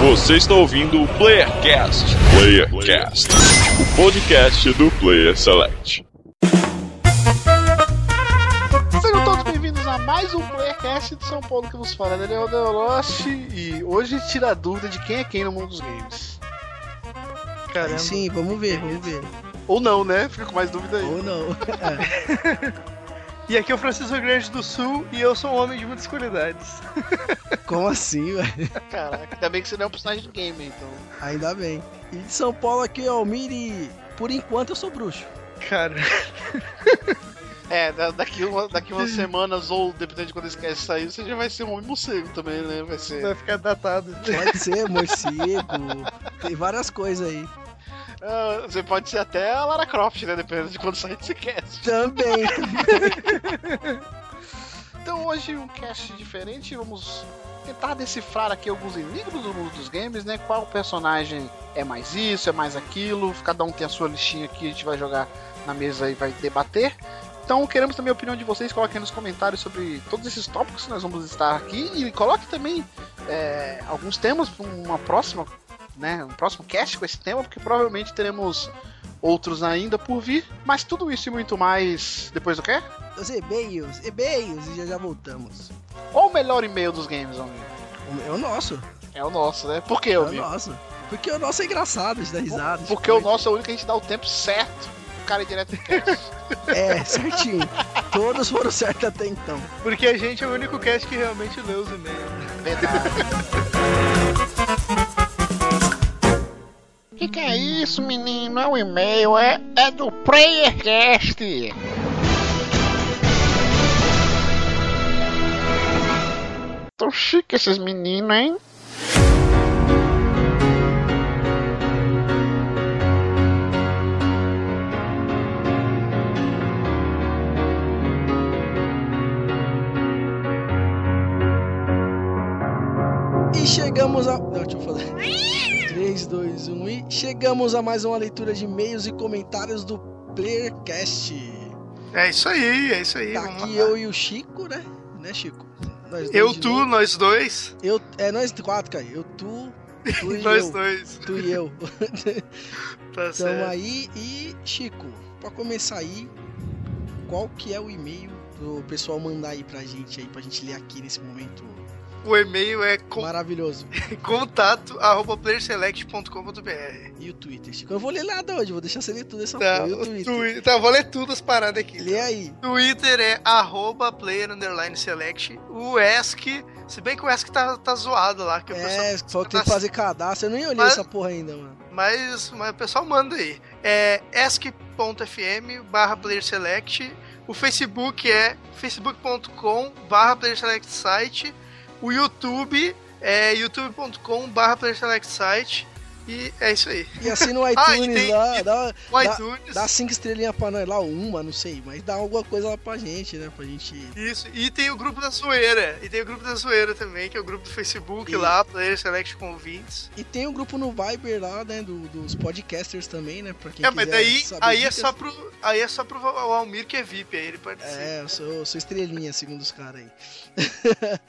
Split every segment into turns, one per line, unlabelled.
Você está ouvindo o Playercast. Playercast, o podcast do Player Select.
Sejam todos bem-vindos a mais um Playercast de São Paulo que nos fala, Daniel Deoloche, e hoje tira a dúvida de quem é quem no mundo dos games. Caramba.
Sim, vamos ver, vamos ver.
Ou não, né? Fica com mais dúvida aí.
Ou não. É.
E aqui é o Francisco Grande do Sul e eu sou um homem de muitas qualidades.
Como assim, velho?
Caraca, ainda bem que você não é um personagem do game, então.
Ainda bem. E de São Paulo aqui é o Miri. Por enquanto eu sou bruxo.
Cara,
É, da- daqui, uma, daqui umas semanas, ou dependendo de quando esse cast sair, você já vai ser um homem morcego também, né? Vai ser.
vai ficar datado.
Pode ser morcego. Tem várias coisas aí.
Ah, você pode ser até a Lara Croft, né? Dependendo de quando sair esse cast.
Também.
Então hoje um cast diferente, vamos tentar decifrar aqui alguns enigmas do mundo dos games, né? Qual personagem é mais isso, é mais aquilo, cada um tem a sua listinha aqui, a gente vai jogar na mesa e vai debater. Então queremos também a opinião de vocês, coloquem aí nos comentários sobre todos esses tópicos que nós vamos estar aqui e coloque também é, alguns temas para uma próxima, né? Um próximo cast com esse tema, porque provavelmente teremos outros ainda por vir, mas tudo isso e muito mais depois do quê?
Os e-mails, e-mails, e já já voltamos.
Qual o melhor e-mail dos games, homem?
O- É o nosso.
É o nosso, né? Por que,
É
eu
o nosso. Porque o nosso é engraçado, a gente dá risada. a gente
Porque o
comenta.
nosso é o único que a gente dá o tempo certo. O cara é direto no cast.
É, certinho. Todos foram certos até então.
Porque a gente é o único cast que realmente lê os e-mails.
Verdade. Que que é isso, menino? É um e-mail, é, é do PlayerCast. Tão chique esses meninos, hein?
E chegamos a. Não, deixa eu falar. 3, 2, 1 e. Chegamos a mais uma leitura de e-mails e comentários do Playercast.
É isso aí, é isso aí.
Tá
vamos
aqui
lá.
eu e o Chico, né? Né, Chico? Nós dois
Eu,
de
tu, né?
novo.
nós dois.
Eu, é nós quatro, cara. Eu, tu, tu e
nós
eu.
dois.
Tu e eu.
Tá
Então
certo.
aí e Chico, pra começar aí, qual que é o e-mail pro pessoal mandar aí pra gente aí, pra gente ler aqui nesse momento
O e-mail é con
maravilhoso.
contato arroba playerselect.com.br.
E o Twitter, Chico. Eu vou ler nada hoje, vou deixar você ler tudo essa
Tá,
porra. E o
o
Twitter.
Twi- tá, vou ler tudo as paradas aqui.
Lê aí.
Twitter é arroba player underline select. O ESC, se bem que o ESC tá, tá zoado lá, que o pessoal
É, só tem que fazer cadastro. Eu nem olhei
Mas-
essa porra ainda, mano.
Mas, mas o pessoal manda aí. É esc.fm barra player select. O Facebook é facebook.com barra player select site. O YouTube é youtube.com barra player select site. E é isso aí.
E assim no iTunes
tem-
lá, dá,
O
Dá-
iTunes.
dá cinco estrelinhas pra nós lá, uma, não sei, mas dá alguma coisa lá pra gente, né? Pra gente.
Isso. E tem o grupo da zoeira. E tem o grupo da zoeira também, que é o grupo do Facebook
Isso.
lá, player select convintes.
E tem um grupo no Viber lá, né? do- dos podcasters também, né? Pra quem
É, mas
quiser
daí
saber
aí é,
dicas.
só pro, aí é só pro Val- Almir que é VIP, aí ele participa.
É, eu sou, sou estrelinha, segundo os caras aí.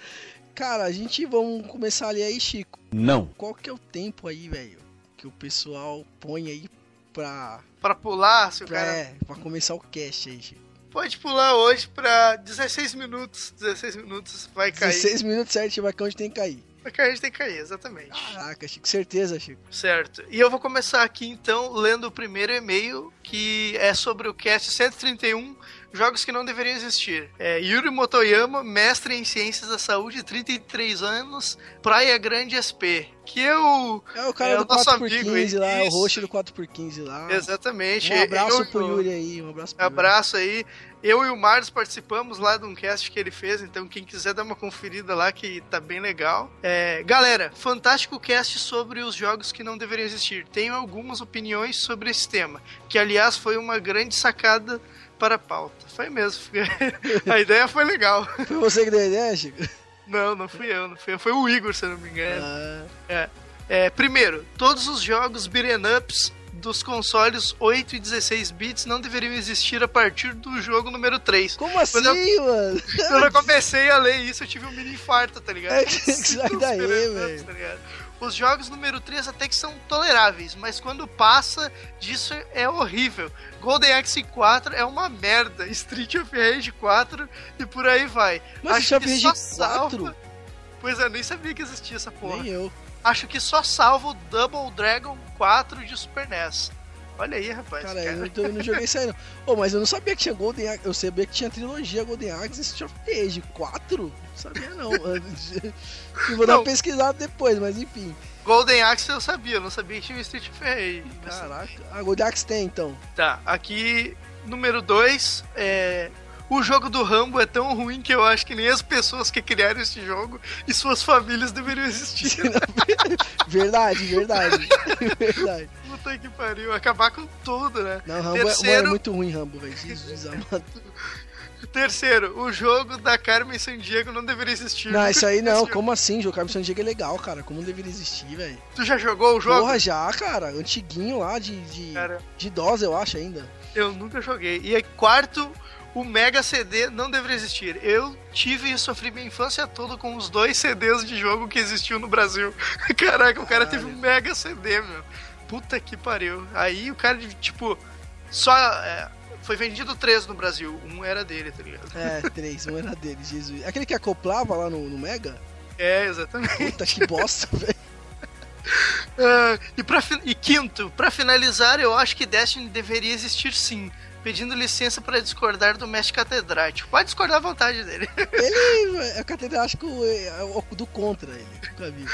cara, a gente vamos começar ali aí, Chico.
Não.
Qual que é o tempo aí, velho? Que o pessoal põe aí pra.
Pra pular, se o
pra,
cara
é, pra começar o cast aí, Chico.
Pode pular tipo, hoje pra 16 minutos. 16 minutos vai cair.
16 minutos certinho, vai que é onde tem que cair.
Vai cair, a gente tem que cair, exatamente.
Caraca, Chico, certeza, Chico.
Certo. E eu vou começar aqui então lendo o primeiro e-mail, que é sobre o cast 131, Jogos que não deveriam existir. É, Yuri Motoyama, mestre em ciências da saúde, 33 anos, Praia Grande SP. Que eu.
É o cara
É
do
o nosso
4x15
amigo,
lá, é o
isso.
roxo do 4x15 lá.
Exatamente.
Ah, Um abraço
eu-
pro Yuri aí, um abraço pro
Abraço aí. Eu e o Marlos participamos lá de um cast que ele fez, então quem quiser dar uma conferida lá que tá bem legal. É, galera, fantástico cast sobre os jogos que não deveriam existir. Tenho algumas opiniões sobre esse tema, que aliás foi uma grande sacada para a pauta. Foi mesmo. a ideia foi legal.
Yuri. Foi você que deu a ideia, Chico?
Não, não fui eu, não fui eu. Foi É. o Igor, se eu não me engano.
Ah,
É, primeiro, todos os jogos beat'em ups dos consoles 8 e 16 bits não deveriam existir a partir do jogo número 3.
Como assim,
Quando
mano?
Quando eu comecei a ler isso, eu tive um mini infarto, tá ligado?
É, que- sai
Cinco
daí,
esperanças,
velho.
tá ligado? Os jogos número 3 até que são toleráveis, mas quando passa disso é horrível. Golden Axe 4 é uma merda, Street of Rage 4 e por aí vai.
Mas
Acho
Street
que
of
só
Rage 4?
salva- Pois é, nem sabia que existia essa porra.
Nem eu.
Acho que só salva o Double Dragon 4 de Super NES. Olha aí, rapaz.
Cara,
cara.
eu também não joguei isso aí não. Ô, mas eu não sabia que tinha Golden Axe. Eu sabia que tinha trilogia Golden Axe e Street of Rage 4? Não sabia não. mano. eu vou dar
Não.
uma pesquisada depois, mas enfim.
Golden Axe eu sabia, eu não sabia que tinha o Street of Rage.
Caraca. A Golden Axe tem então.
Tá, aqui, número 2, é... O jogo do Rambo é tão ruim que eu acho que nem as pessoas que criaram esse jogo e suas famílias deveriam existir.
Verdade, verdade. verdade.
Puta que pariu, acabar com tudo, né?
Não, Rambo é, mano, é
Terceiro.
muito ruim, Rambo, velho. Jesus amado.
Terceiro, o jogo da Carmen San Diego não deveria existir.
Não, isso aí não.
Esse jogo-
Como assim? Jogar Missão Diego é legal, cara. Como deveria existir, velho?
Tu já jogou o jogo?
Porra, já, cara. Antiguinho lá, de, de,
Cara.
de idosa, eu acho, ainda.
Eu nunca joguei. E aí, quarto, o Mega CD não deveria existir. Eu tive e sofri minha infância toda com os dois CDs de jogo que existiu no Brasil. Caraca, o cara teve um Mega CD, meu. Puta que pariu. Aí o cara, tipo, só. é, foi vendido três no Brasil. Um era dele, tá ligado?
É, três. Um era dele, Jesus. Aquele que acoplava lá no, no Mega?
É, exatamente.
Puta, que bosta, velho.
Ah, e, pra fin- e quinto, pra finalizar, eu acho que Destiny deveria existir sim. Pedindo licença pra discordar do mestre catedrático. Pode discordar à vontade dele.
Ele é catedrático é, é o- do contra, ele. Nunca vi.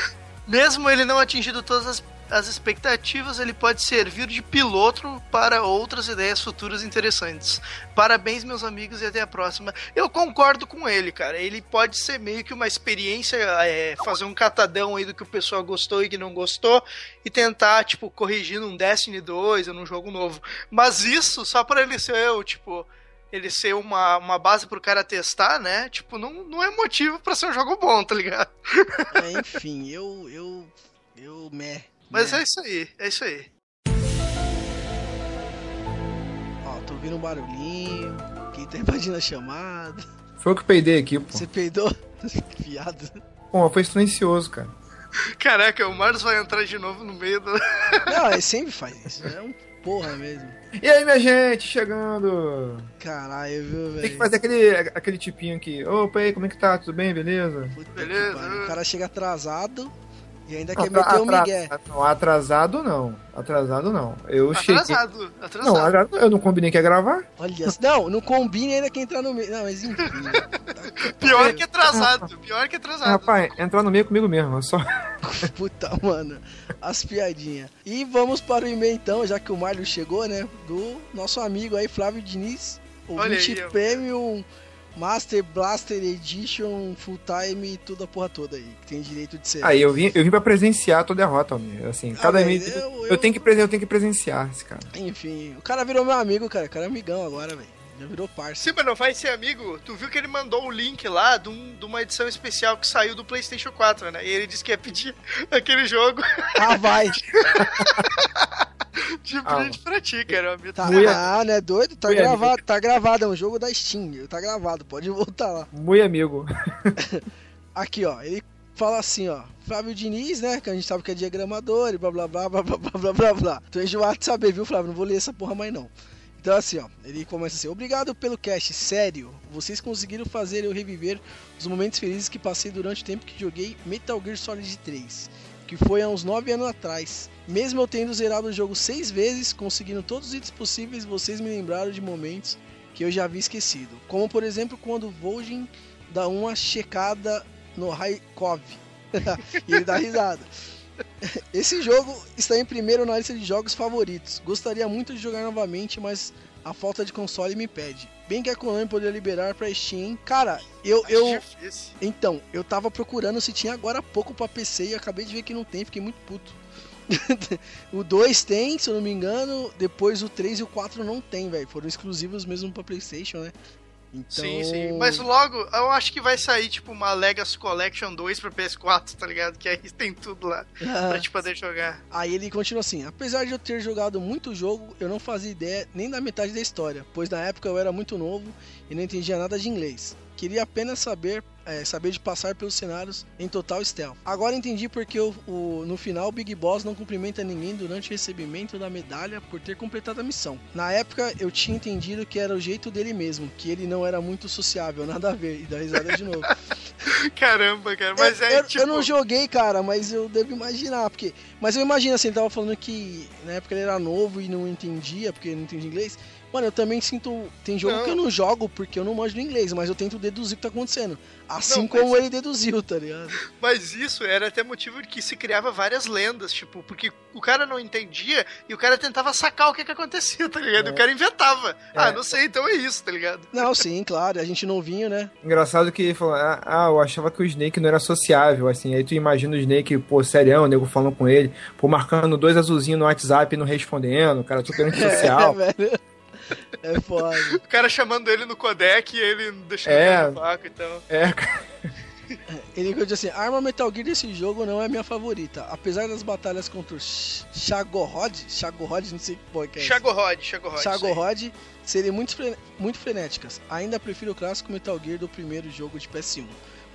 Mesmo ele não atingindo todas as, as expectativas, ele pode servir de piloto para outras ideias futuras interessantes. Parabéns, meus amigos, e até a próxima. Eu concordo com ele, cara. Ele pode ser meio que uma experiência, é, fazer um catadão aí do que o pessoal gostou e que não gostou, e tentar, tipo, corrigir num Destiny 2 ou num jogo novo. Mas isso, só para ele ser eu, tipo. Ele ser uma, uma base pro cara testar, né? Tipo, não, não é motivo pra ser um jogo bom, tá ligado?
É, enfim, eu. Eu. Eu. Meh.
Mas
meh.
é isso aí, é isso aí.
Ó, tô ouvindo um barulhinho. Quem tá invadindo a chamada?
Foi eu que peidei aqui, pô.
Você peidou? Viado.
Pô, mas foi silencioso, cara.
Caraca, o Marlos vai entrar de novo no meio do.
Não, ele sempre faz isso. É um porra mesmo.
E aí, minha gente, chegando!
Caralho, viu, velho?
Tem que fazer aquele, aquele tipinho aqui. Opa, e aí, como é que tá? Tudo bem? Beleza?
Puta que
Beleza.
pariu. O cara chega atrasado e ainda quer
Atra-
meter o
atra-
migué.
Não, atrasado não. Atrasado não. Eu cheguei.
Atrasado, atrasado.
Não, atrasado- eu não combinei que ia gravar.
Olha, não, não combina ainda quem entrar no meio. Não, mas enfim. né?
Pior que
Ah,
atrasado, pior que atrasado.
Rapaz, entrar no meio comigo mesmo. é Só...
Puta, mano. As piadinhas. E vamos para o e-mail então, já que o Marlon chegou, né? Do nosso amigo aí, Flávio Diniz.
Olha
Ouvinte
aí, ó.
Premium Master Blaster Edition Full Time e toda a porra toda aí. Que tem direito de ser.
Aí eu vim, eu vim pra presenciar a tua derrota, Almir. Assim,
Ah,
cada
mas
e-mail.
eu-
Eu,
eu-
tenho que presen- eu tenho que presenciar esse cara.
Enfim, o cara virou meu amigo, cara. O cara é amigão agora, velho. Já virou parceiro.
Sim, mas não vai ser amigo. Tu viu que ele mandou o link lá de, um- de uma edição especial que saiu do PlayStation 4, né? E ele disse que ia pedir aquele jogo
Ah, vai.
de
Ah,
brinde pra ti, cara. É um Amigo.
Tá,
Fui
ah, né? Doido? Tá
Fui amigo.
gravado, tá gravado. É um jogo da Steam. Tá gravado, pode voltar lá.
Muito amigo.
Aqui, ó. Ele fala assim, ó. Flávio Diniz, né? Que a gente sabe que é diagramador e blá blá blá blá blá blá blá blá blá. Tô enjoado de saber, viu, Flávio? Não vou ler essa porra mais não. Então assim, ó, ele começa assim: "Obrigado pelo cast, sério. Vocês conseguiram fazer eu reviver os momentos felizes que passei durante o tempo que joguei Metal Gear Solid 3, que foi há uns 9 anos atrás. Mesmo eu tendo zerado o jogo 6 vezes, conseguindo todos os itens possíveis, vocês me lembraram de momentos que eu já havia esquecido, como por exemplo quando Volgin dá uma checada no Raikov. e ele dá risada. Esse jogo está em primeiro na lista de jogos favoritos. Gostaria muito de jogar novamente, mas a falta de console me impede. Bem que a Konami poderia liberar pra Steam. Cara, eu, eu,
Acho difícil.
então, eu tava procurando se tinha agora há pouco pra PC e acabei de ver que não tem, fiquei muito puto. o 2 tem, se eu não me engano, depois o 3 e o 4 não tem, velho. Foram exclusivos mesmo pra Playstation, né? Então,
Sim, sim. Mas logo, eu acho que vai sair, tipo, uma Legacy Collection 2 pra PS4, tá ligado? Que aí tem tudo lá
Ah.
pra te poder jogar.
Aí ele continua assim: apesar de eu ter jogado muito jogo, eu não fazia ideia nem da metade da história, pois na época eu era muito novo e não entendia nada de inglês. Queria apenas saber é, saber de passar pelos cenários em total stealth. Agora entendi porque o, o- no final o Big Boss não cumprimenta ninguém durante o recebimento da medalha por ter completado a missão. Na época eu tinha entendido que era o jeito dele mesmo, que ele não era muito sociável, nada a ver, e dá risada de novo.
Caramba, cara. Mas
eu,
é,
eu-
tipo...
eu não joguei, cara, mas eu devo imaginar, porque. Mas eu imagino assim, ele tava falando que na época ele era novo e não entendia, porque ele não entendia inglês. Mano, eu também sinto. Tem jogo
Não.
que eu não jogo porque eu não manjo do inglês, mas eu tento deduzir o que tá acontecendo. Assim
Não, mas-
como ele deduziu, tá ligado?
Mas isso era até motivo de que se criava várias lendas, tipo, porque o cara não entendia e o cara tentava sacar o que que acontecia, tá ligado? E o cara inventava. Ah, não sei, então é isso, tá ligado?
Não, sim, claro, a gente novinho, né?
Engraçado que ele falou, ah, ah, eu achava que o Snake não era sociável, assim. Aí tu imagina o Snake, pô, serião, o nego falando com ele, pô, marcando dois azulzinhos no WhatsApp e não respondendo, cara, super antissocial.
É, velho. É foda.
O cara chamando ele no codec e ele deixando
É.
ele no vácuo, então.
é, cara.
Ele continua assim: a arma Metal Gear desse jogo não é minha favorita. Apesar das batalhas contra o Sh- Shagorod, Shagorod, não sei que porra que é essa.
Chagorrod, Chagorrod.
Chago Rod seriam muito, fre- muito frenéticas. Ainda prefiro o clássico Metal Gear do primeiro jogo de PS1.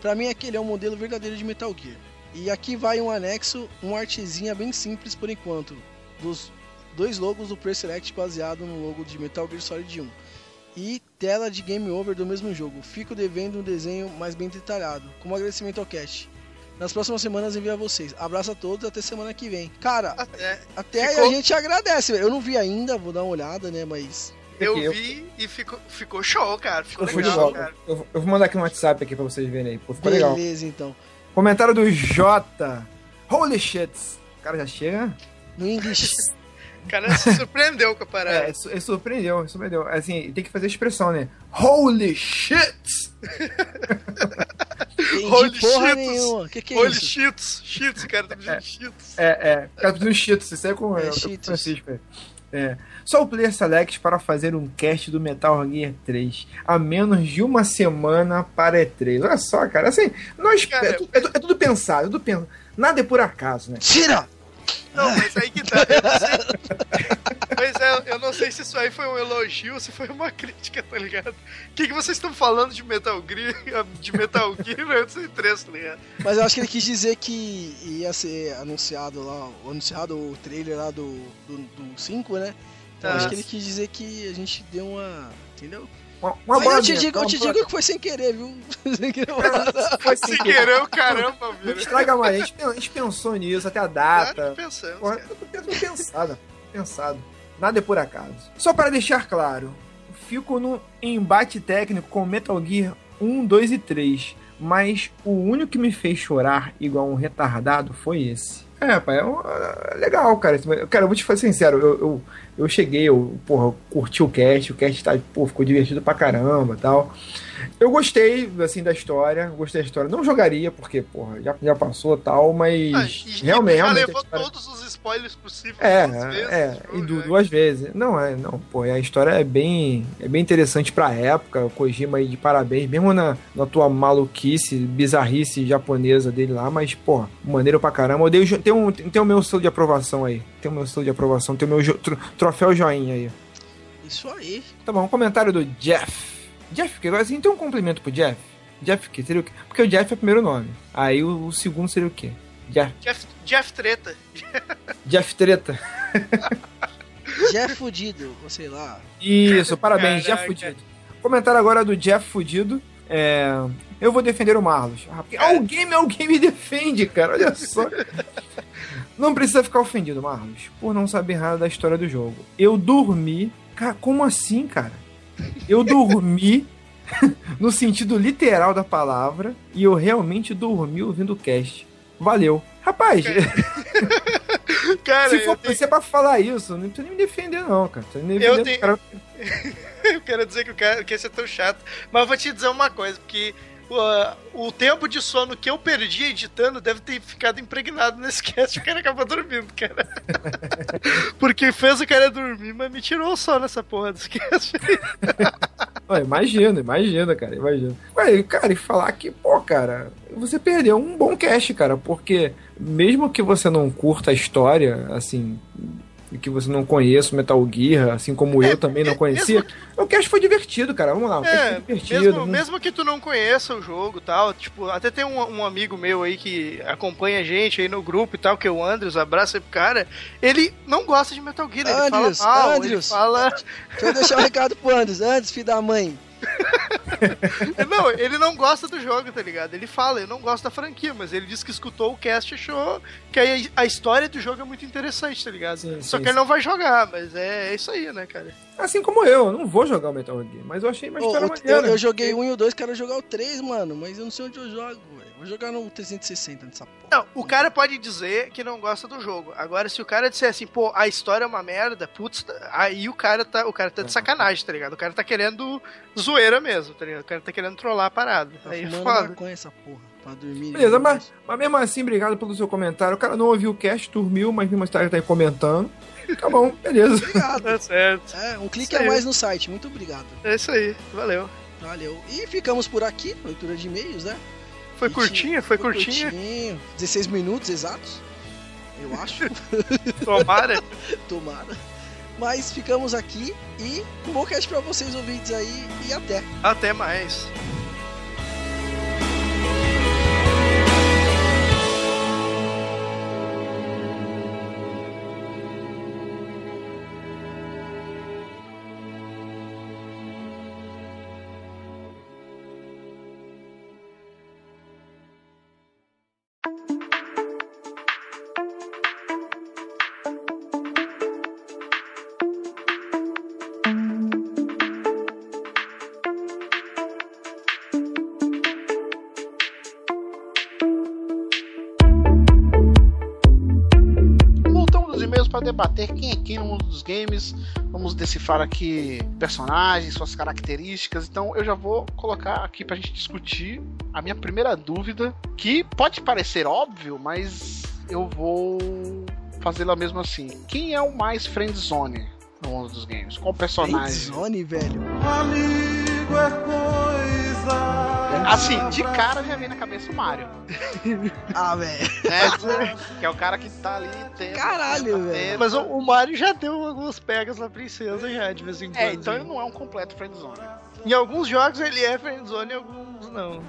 Pra mim, aquele é um modelo verdadeiro de Metal Gear. E aqui vai um anexo, uma artezinha bem simples por enquanto, dos dois logos do Pre-Select baseado no logo de Metal Gear Solid 1. E tela de Game Over do mesmo jogo. Fico devendo um desenho mais bem detalhado, como agradecimento ao cast. Nas próximas semanas envio a vocês. Abraço a todos, até semana que vem. Cara,
Até.
até aí
Ficou-
a gente agradece. velho. Eu não vi ainda, vou dar uma olhada, né? Mas.
Eu
Aqui, eu-
vi e ficou, ficou show, cara. Ficou
Eu, fui de
É, legal,
volta.
cara.
Eu, eu vou mandar aqui no WhatsApp aqui pra vocês verem aí, pô, ficou legal.
Beleza, então.
Comentário do Jota. Holy shit. O cara já chega.
No English.
O cara se surpreendeu com a parada.
É, su- ele surpreendeu, ele surpreendeu. Assim, tem que fazer a expressão, né? Holy shit!
Entendi
Holy
porra
Cheetos.
nenhuma. Que que é
Olha,
isso?
cheetos, cheetos, cara, tá pedindo cheetos.
É, é. Cara pedindo cheetos, isso aí é com
É,
é, com
Cheetos.
Francisco. é. É. Só o Player Select para fazer um cast do Metal Gear 3 a menos de uma semana para E3. Olha só, cara, assim, nós,
Cara,
é, tu- é tu- é tudo pensado, é tudo pensado. Nada é por acaso, né?
Tira!
Não, mas aí que tá. Eu não sei. Mas é, eu não sei se isso aí foi um elogio ou se foi uma crítica, tá ligado? O que, que vocês estão falando de Metal Gear, de Metal Gear antes do 3, tá ligado?
Mas eu acho que ele quis dizer que ia ser anunciado lá, o anunciado o trailer lá do 5, do, 5, né? Então
Ah.
acho que ele quis dizer que a gente deu uma. Entendeu?
Uma,
Mas
uma
eu te
bolinha,
digo, eu
uma É
te
bola-
digo que foi sem querer, viu? Sem querer falar.
foi sem
Se
querer.
querer, o caramba,
Não
velho.
estraga mais, a gente, pen- a gente pensou nisso até a
Claro
data.
que pensamos,
Porra,
cara.
tudo tudo pensado, pensado. Nada é por acaso. Só para deixar claro, fico no embate técnico com Metal Gear 1, 2 e 3, mas o único que me fez chorar igual um retardado foi esse. É, pai, é, um- é legal, cara. Esse- Cara, eu vou te fazer sincero, eu, eu, eu cheguei, eu, porra, eu curti o cast, o cast tá, pô, ficou divertido pra caramba e tal. Eu gostei, assim, da história, gostei da história. Não jogaria, porque, porra, já, já passou e tal, mas
Ah, e-
realmente...
já
realmente a
levou
história-
todos os spoilers possíveis
é,
duas vezes,
é,
jogo,
e du-
né?
duas vezes. Não, é, não, pô, a história é bem, é bem interessante pra época, o Kojima aí de parabéns, mesmo na, na tua maluquice, bizarrice japonesa dele lá, mas, pô, maneiro pra caramba. Eu dei, o jo- tem, um, tem o meu selo de aprovação aí, tem o meu selo de aprovação, tem o meu jo- tro- troféu joinha aí.
Isso aí.
Tá bom, comentário do Jeff. Jeff, que agora assim, tem um cumprimento pro Jeff? Jeff que seria o quê? Porque o Jeff é o primeiro nome, aí o, o segundo seria o quê? Jeff,
Jeff, Jeff Treta.
Jeff Treta.
Já é fudido, ou sei lá.
Isso, parabéns,
Caraca.
Jeff Fudido. Comentário agora do Jeff Fudido. É, eu vou defender o Marlos. Ah, porque alguém, alguém me defende, cara, olha só. não precisa ficar ofendido, Marlos, por não saber nada da história do jogo. Eu dormi. Cara, como assim, cara? Eu dormi no sentido literal da palavra e eu realmente dormi ouvindo o cast. Valeu. Rapaz,
Cara,
se
eu,
for se é pra falar isso, não precisa nem me defender, não, cara. Não precisa nem me
Eu
defender,
tenho-
cara.
eu quero dizer que o cara que esse é tão chato. Mas eu vou te dizer uma coisa, porque ó, o tempo de sono que eu perdi editando deve ter ficado impregnado nesse cast. O cara acabou dormindo, cara. porque fez o cara dormir, mas me tirou o sono essa porra desse cast.
Não, imagina, imagina, cara, imagina. Ué, cara, e falar que, pô, cara, você perdeu um bom cast, cara, porque mesmo que você não curta a história, assim, e que você não conheça o Metal Gear, assim como eu também não conhecia, o cast foi divertido, cara, vamos lá, o cast foi né?
É,
divertido.
mesmo,
não-
mesmo que tu não conheça o jogo e tal, tipo, até tem um, um amigo meu aí que acompanha a gente aí no grupo e tal, que é o Andrews, abraço aí pro cara, ele não gosta de Metal Gear, ele
Andrews,
fala mal,
Andrews.
ele fala...
Deixa eu deixar um recado pro Andres. Antes, filho da mãe.
É, Não, ele não gosta do jogo, tá ligado? Ele fala, eu não gosto da franquia, mas ele disse que escutou o cast e achou que a, a história do jogo é muito interessante, tá ligado?
Sim,
Só
sim,
que ele não vai jogar, mas é, é isso aí, né, cara?
Assim como eu, eu não vou jogar o Metal Gear, mas eu achei uma né?
Ô,
história
o- eu,
maneira.
eu joguei um e o dois, quero jogar o três, mano. Mas eu não sei onde eu jogo, velho. Vou jogar no 360 nessa porra.
Não, o cara pode dizer que não gosta do jogo. Agora, se o cara disser assim, pô, a história é uma merda, putz, aí o cara tá, o cara tá
É.
de sacanagem, tá ligado? O cara tá querendo zoeira mesmo, tá ligado? O cara tá querendo trollar a parada.
Tá
aí é
fumando
foda.
maconha essa porra. Pra dormir. né?
Beleza, mas, mas mesmo assim, obrigado pelo seu comentário. O cara não ouviu o cast, dormiu, mas mesmo assim tá aí comentando. Tá bom, beleza.
Obrigado.
Tá certo.
É, um clique
Isso aí.
a mais no site. Muito obrigado.
É isso aí. Valeu.
Valeu. E ficamos por aqui. Leitura de e-mails, né?
Foi curtinha, foi curtinha.
curtinho. 16 minutos exatos. Eu acho.
Tomara.
Tomara. Mas ficamos aqui e um bom cast pra vocês ouvintes aí e até.
Até mais.
Voltamos nos e-mails para debater quem é quem no mundo dos games. Vamos decifrar aqui personagens, suas características. Então eu já vou colocar aqui pra gente discutir a minha primeira dúvida, que pode parecer óbvio, mas eu vou fazê-la mesmo assim. Quem é o mais friendzone no mundo dos games? Qual personagem?
Zone, velho.
Assim, de cara já vem na cabeça o Mario.
Ah, velho.
Né? que é o cara que tá ali tenta,
Caralho,
tenta,
velho.
tenta.
Mas o, o Mario já deu algumas pegas na princesa já, de vez em quando.
É, então ele não é um completo friendzone.
Em alguns jogos ele é friendzone, em alguns não.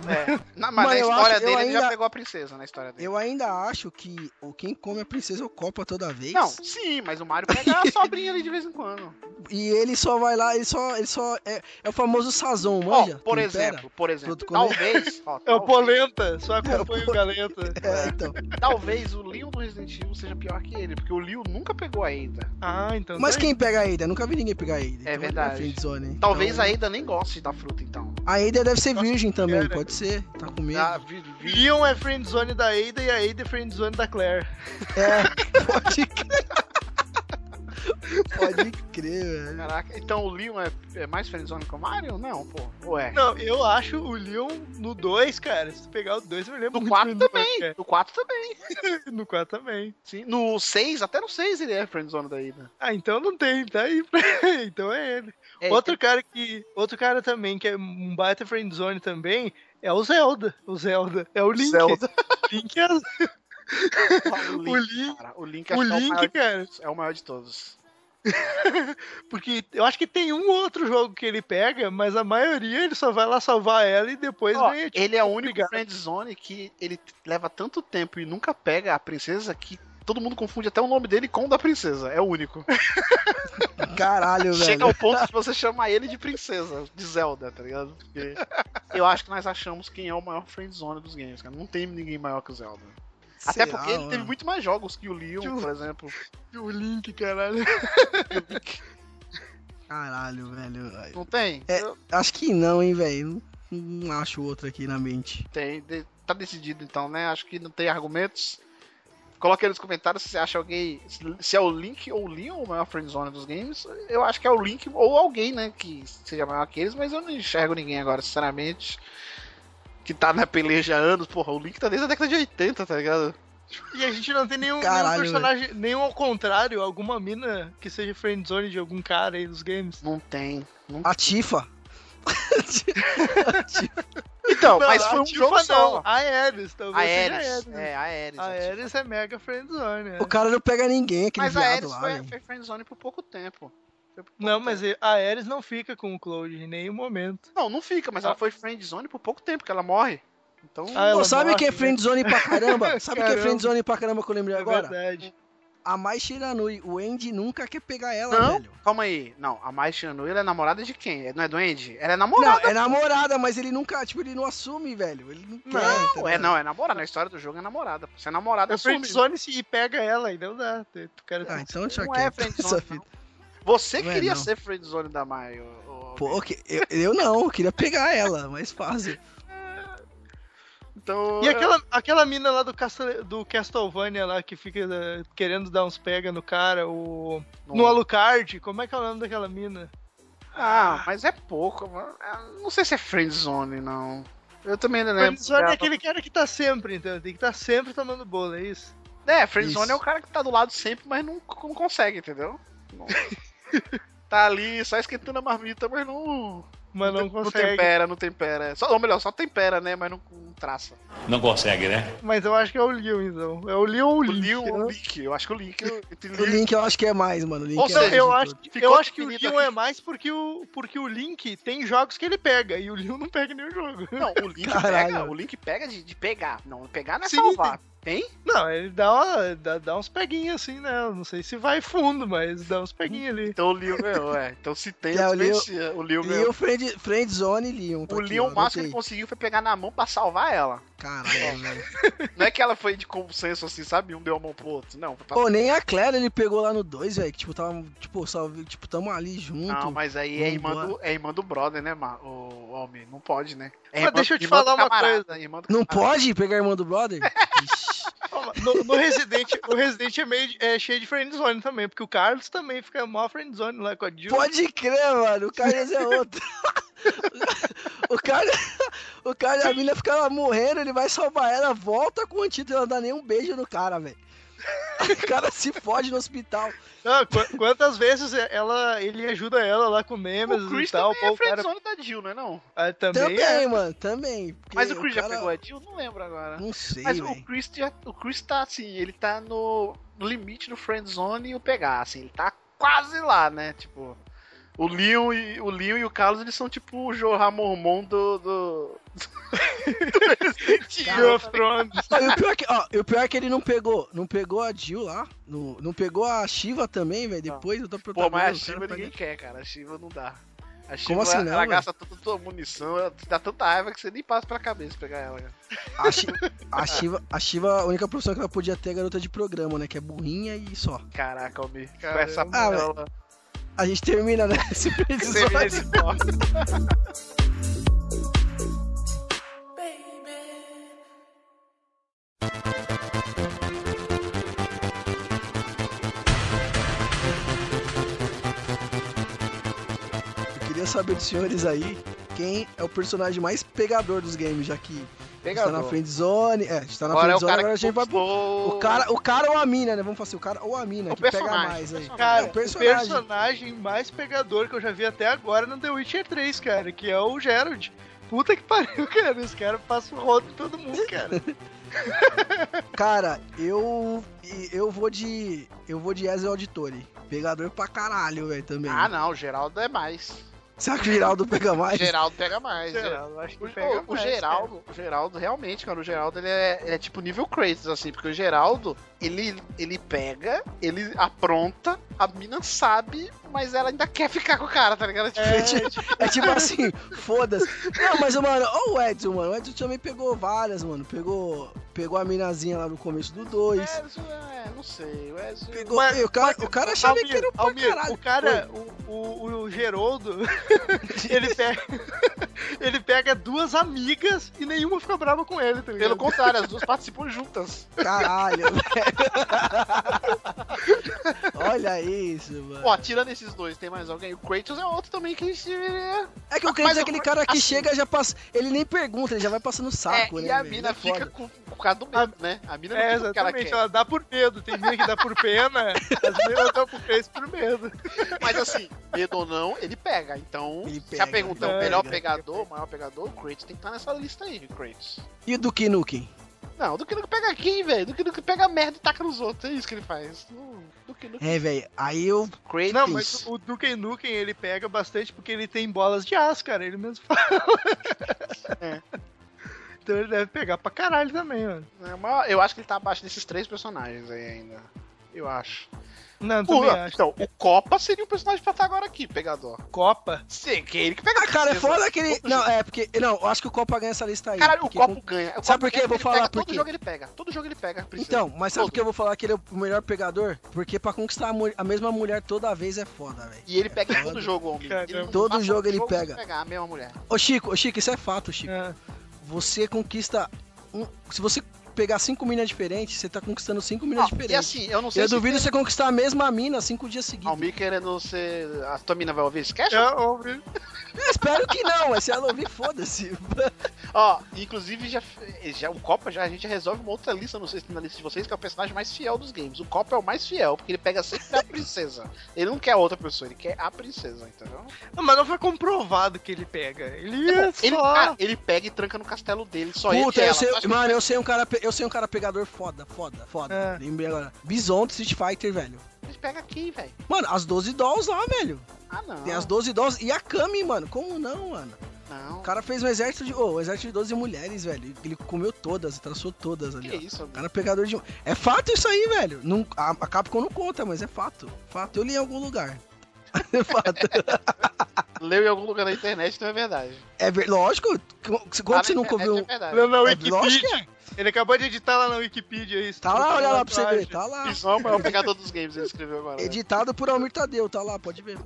Na, mas,
Mas
na
eu
história
acho- eu
dele ele já
ainda-
pegou a princesa na história dele.
Eu ainda acho que o quem come a princesa o copa toda vez.
Não, sim, mas o Mario pega a sobrinha ali de vez em quando.
E ele só vai lá, ele só. Ele só é, é o famoso Sazon,
Ó,
manja.
por
tempera.
exemplo, por exemplo,
Tudo com-
talvez, ó,
É o
talvez,
Polenta, só acompanha o Galenta.
É, então.
talvez o Leon do Resident Evil seja pior que ele, porque o Leon nunca pegou a Ada.
Ah, então.
Mas
tá
quem pega a Ada? Nunca vi ninguém pegar a Ada. Então ele é
verdade.
friendzone, hein?
Talvez
Então,
a Ada nem goste da fruta, então.
a Ada deve ser virgem também,
né?
pode ser. Tá com medo.
Ah, vi-
aí.
vi-
Leon é friendzone da Ada e a Ada é friendzone da Claire.
É, pode crer. pode crer, velho.
Caraca, então o Leon é, é mais friendzone que o Mario? Não, pô. é? Ué.
Não, eu acho o Leon no 2, cara. Se tu pegar o 2, eu
No
lembro muito
4
friendzone,
também.
cara.
No 4 também.
No 4 também.
Sim. No 6, até no 6 ele é friendzone da Ada.
Ah, então não tem, tá aí. então é ele.
É,
outro cara que. Outro cara também, que é um baita friendzone também, é o Zelda. O Zelda. É o Link.
Zelda.
O Link é
o
o
Link,
Link.
cara. O Link, acho que
O
é, o maior,
Link, cara.
é o maior de todos.
Porque eu acho que tem um outro jogo que ele pega, mas a maioria ele só vai lá salvar ela e depois
Ó,
ganha. tipo,
ele é o único
obrigado.
friendzone que ele t- leva tanto tempo e nunca pega a princesa que todo mundo confunde até o nome dele com o da princesa. É o único.
Caralho, velho.
Chega ao ponto de você chamar ele de princesa, de Zelda, tá ligado? Porque eu acho que nós achamos quem é o maior friendzone dos games, cara. Não tem ninguém maior que o Zelda. até
Sei
porque
lá,
ele teve
mano.
muito mais jogos que o Leon,
Tio-
por exemplo.
O Link, caralho.
Caralho, velho.
Não tem?
É.
Eu-
Acho que não, hein, velho. Não, não acho outro aqui na mente.
Tem. de- Tá decidido então, né? Acho que não tem argumentos. Coloque aí nos comentários se você acha alguém. Se é o Link ou o Leon o maior friendzone dos games. Eu acho que é o Link ou alguém, né? Que seja maior que eles, mas eu não enxergo ninguém agora, sinceramente. Que tá na peleja há anos. Porra, o Link tá desde a década de 80, tá ligado?
E a gente não tem nenhum, nenhum
Caralho,
personagem, nenhum ao contrário, alguma mina que seja friendzone de algum cara aí dos games.
Não tem. Não
A Tifa.
Então, mas foi um
ativa
jogo só.
não. Aeres, talvez
A
seja
Ares.
Aeres.
né?
É, a Ares.
A Aeres é mega friendzone. né?
O cara não pega ninguém, aquele
Mas a é
viado
Ares
lá.
foi,
velho.
foi friendzone por pouco tempo. Foi por pouco
Não,
tempo.
mas a Aeres não fica com o Cloud em nenhum momento.
Não, não fica, mas ela foi friendzone por pouco tempo, que ela morre. Então.
Ah, ela
Pô, sabe
morre,
quem é
né?
friendzone pra caramba? Sabe quem é
Caramba.
friendzone pra caramba que eu lembrei
É
agora?
verdade.
A Mai Shiranui. O Andy nunca quer pegar ela,
Não,
velho.
calma aí. Não, a Mai Shinui, ela é namorada de quem? Não é do Andy? Ela é
Não,
namorada.
é namorada, mas ele nunca, tipo, ele não assume, velho. Ele não quer.
Não,
tá
é,
ligado?
não, é namorada. Na história do jogo é namorada. Se é namorada,
É
assume.
friendzone se- e pega ela, e não dá. O cara
Ah, então deixa
Não
quieto.
é
essa
friendzone.
fita.
não. Você
Não é,
queria
não.
ser friendzone da Mai. ô- ô-
Pô, que- eu, eu não, eu queria pegar ela, mais fácil.
Então,
E aquela, aquela mina lá do, Castle, do Castlevania lá que fica eh, querendo dar uns pega no cara, o.
Não.
No Alucard, como é que é o nome daquela mina?
Ah, mas é pouco. mano. Ah, Não sei se é friendzone, não. Eu também não lembro.
Friendzone é
dela.
aquele cara que tá sempre, então. Tem que tá sempre tomando bolo, é isso?
É, friendzone
Isso.
é o cara que tá do lado sempre, mas não, não consegue, entendeu? Não- tá ali só esquentando a marmita, mas não...
Mas não
Não
consegue.
tempera, não tempera. Só, ou melhor, só tempera, né? Mas não, não traça.
Não consegue, né?
Mas eu acho que é o Liu, então. É o Liu ou o
O
Link.
Liu,
né?
o Link. Eu acho que o Link... eu- entre
O Link eu acho que é mais, mano. O Link
Ou
é
seja,
mais
eu,
de
acho,
tudo.
eu
Ficou
acho que o
definido
Liu é mais porque o, porque o Link tem jogos que ele pega e o Liu não pega nenhum jogo.
Não, o Link
Caralho.
pega, o Link pega de, de pegar. Não, pegar não é
Sim,
salvar. Tem?
Não, ele dá, uma- dá, dá uns peguinhos assim, né? Eu Não sei se vai fundo, mas dá uns peguinhos ali.
Então o Liu ganhou, é. Então se tem,
É, o Liu-
desmerecia. o Liu ganhou.
Leon, friend, Friendzone e Leon. tá
O
aqui,
Leon,
ó,
o máximo que ele
anotei.
conseguiu foi pegar na mão pra salvar ela.
Caralho, velho.
Não é que ela foi de consenso assim, sabe? Um deu a mão pro outro. Não, foi pra...
Pô, nem a Claire ele pegou lá no 2, velho. que, Tipo, tava, tipo, só, tipo, tamo ali junto.
não, mas aí é irmã,
Vambora.
do, é irmã do brother, né, ma, o homem? Não pode, né? É
Mas
irmã-
deixa eu te
irmã do
falar uma
camarada, Irmã do
Não
camarada.
pode pegar a irmã do brother? Ixi.
No, no Resident, o Resident é, meio, é cheio de friendzone também, porque o Carlos também fica mó friendzone lá com a Jill.
Pode crer, mano. O Carlos é outro. o cara, o cara e a mina ficam lá morrendo, ele vai salvar ela, volta com o antídoto, ela não dá nem um beijo no cara, velho. O cara se fode no hospital.
Não, Ah, qu- quantas vezes ela, ele ajuda ela lá com memes
O
e
Chris
tal.
também
pô,
é
o cara
friendzone da Jill, não é não?
ah, também,
Também,
é.
mano, também. porque
Mas o Chris já
cara-
pegou a Jill? Não lembro agora.
Não sei,
Mas
velho.
o Chris, já, o Chris tá assim, ele tá no, no limite do friendzone e o pegar, assim, ele tá quase lá, né? Tipo, o Leon e o, Leon e o Carlos, eles são tipo o Jorah Mormon do... do... do Resident Evil.
um
Game
tá
of Thrones.
Ó, e o pior que, ó, e o pior é que ele não pegou. Não pegou a Jill lá. no- não pegou a Shiva também, velho. Depois eu tô
Pô, mas a
o cara
Shiva ninguém
pega-
quer, cara. A Shiva não dá. A Shiva,
tá Como assim não,
ela
mano?
gasta tanta tua munição, ela te dá tanta raiva que você nem passa pra cabeça pegar ela, cara.
A Shi- a Shiva, a Shiva, a única profissão que ela podia ter é garota de programa, né? Que é burrinha e só.
Caraca, Almi. Com
Caramba.
essa
Ah, velho.
bola.
A gente termina, né? Esse
Você vê
episódio.
esse corte.
Eu queria saber dos senhores aí quem é o personagem mais pegador dos games, já que a gente tá na
Pegador.
friend zone. É, a gente tá na
Agora é
friend
o
zone,
cara
agora a
que
gente vai.
conquistou
O cara, o cara ou a mina, né? Vamos falar assim, o cara ou a mina,
O
que pega
personagem,
mais
o
aí.
Cara,
É, o
o personagem. mais pegador que eu já vi até agora no The Witcher 3, cara, que é o Gerald. Puta que pariu, cara. Esse cara passa o rodo em todo mundo, cara.
Cara, eu. Eu vou de. Eu vou de Ezio Auditore. Pegador pra caralho, velho, também.
Ah, não, o Geraldo é mais.
Será que o Geraldo pega mais?
Geraldo pega mais. né? Geraldo.
Geraldo, acho
é, O,
que pega
o, o
mais, cara.
Geraldo, o Geraldo realmente, cara, o Geraldo ele é, ele é tipo nível Kratos, assim, porque o Geraldo, ele, ele pega, ele apronta, a mina sabe, mas ela ainda quer ficar com o cara, tá ligado? Tipo,
É, tipo- é tipo assim, foda-se. Não, mas, mano, ó o Edson, mano. O Edson também pegou várias, mano. Pegou, pegou a minazinha lá no começo do 2.
o Ezio, é, não sei, o Ezio...
Pegou,
Mas-
e o cara,
mas-
o cara achava que era um pra
Almir,
caralho.
o cara, o, o, o Geroldo, ele pega, ele pega duas amigas e nenhuma fica brava com ele, tá ligado?
Pelo contrário, as duas participam juntas.
Caralho. velho. Olha isso, mano.
Ó, tirando esses dois, tem mais alguém? O Kratos é outro também que a gente deveria.
É que o Kratos
Mas
é
eu-
aquele cara que
assim-
chega já passa. Ele nem pergunta, ele já vai passando o saco,
é,
né?
e a
velho?
mina
É foda.
fica com, por causa do medo, né? A mina não
É,
fica com o que ela
exatamente.
quer.
Ela dá por medo. Tem mina que dá por pena, as minas dão por fez por medo.
Mas assim, medo ou não, ele pega. Então,
Ele
se
pega,
a pergunta é o
pega.
melhor pegador, o maior pegador, o Kratos tem que estar nessa lista aí, o Kratos.
E o do Kinuken?
Não, do que não pega aqui, velho. Do que não pega merda e taca nos outros. É isso que ele faz. Não, Do que não.
É, velho. Aí eu.
Kratos.
Não, mas o Duke Nukem ele pega bastante porque ele tem bolas de aço, cara. Ele mesmo fala.
É.
Então ele deve pegar pra caralho também, mano.
É, mas eu acho que ele tá abaixo desses três personagens aí ainda. Eu acho.
Não, eu
O,
também acho.
então, o Copa seria um personagem pra estar agora aqui, pegador.
Copa.
Sim, que é ele que pega
Ah, cara, é
Beleza.
foda que ele. Não, é, porque. Não, eu acho que o Copa ganha essa lista aí.
Caralho, o
porque
copo
com-
ganha. O
Sabe
copo
por quê?
ganha
Eu vou
porque ele
falar
pega-
por
Todo
quê.
jogo ele pega. Todo jogo ele pega. Priscila.
Então, mas sabe por
Todo.
que eu vou falar que ele é o melhor pegador? Porque pra conquistar a, mu- a mesma mulher toda vez é foda, velho.
E ele pega em
foda.
todo jogo, homem.
Caramba.
Ele não
Todo
passa
jogo ele
sem
pega.
pegar a mesma mulher.
Ô, Chico, ô, Chico, isso é fato, Chico.
É.
Você conquista. um- Se você pegar cinco minas diferentes, você tá conquistando cinco minas
é
Ah, e
diferentes.
assim, eu não sei
eu
se
duvido
tem...
você conquistar a mesma mina cinco dias
Ah, o
seguidos.
Mi querendo ser... A tua mina vai ouvir esse cast?
Eu ouvi.
Eu espero que não, mas se ela ouvir, foda-se.
Ó, inclusive, já, já, o Copa já, a gente já resolve uma outra lista, não sei se tem na lista de vocês, que é o personagem mais fiel dos games. O Copa é o mais fiel, porque ele pega sempre a princesa. Ele não quer outra pessoa, ele quer a princesa, entendeu?
Não, Mas não foi comprovado que ele pega. Ele é
Ele, Ah,
só-
cara, ele pega e tranca no castelo dele, só ele e
Puta, eu
ela.
sei,
Só que-
mano, eu sei um cara, pe- eu sei um cara pegador foda, foda, foda.
É.
Lembrei agora. Bisonto Street Fighter, velho.
Ele pega aqui, velho.
Mano, as 12 dolls lá, velho.
Ah, não.
Tem as 12 dolls e a Kami, mano. Como não, mano?
Não.
O cara fez um exército de, ô, um exército de 12 mulheres, velho. Ele comeu todas, traçou todas
que
ali. ó.
isso,
O
amigo?
cara é pegador de. É fato isso aí, velho. Não, a, a Capcom não conta, mas é fato. Fato. Eu li em algum lugar. É fato.
Leu em algum lugar na internet, não é verdade.
É ver- lógico. c- Quando
Ah,
você
na
nunca
internet
ouviu.
É verdade.
Não, na
É, lógico que
Wikipedia. Ele acabou de editar lá na Wikipedia isso.
Tá lá, olha lá pra você ver.
Tá.
Tá lá.
Pisão é o maior pegador dos games, ele escreveu agora. né?
Editado por Almir Tadeu, tá lá, pode ver.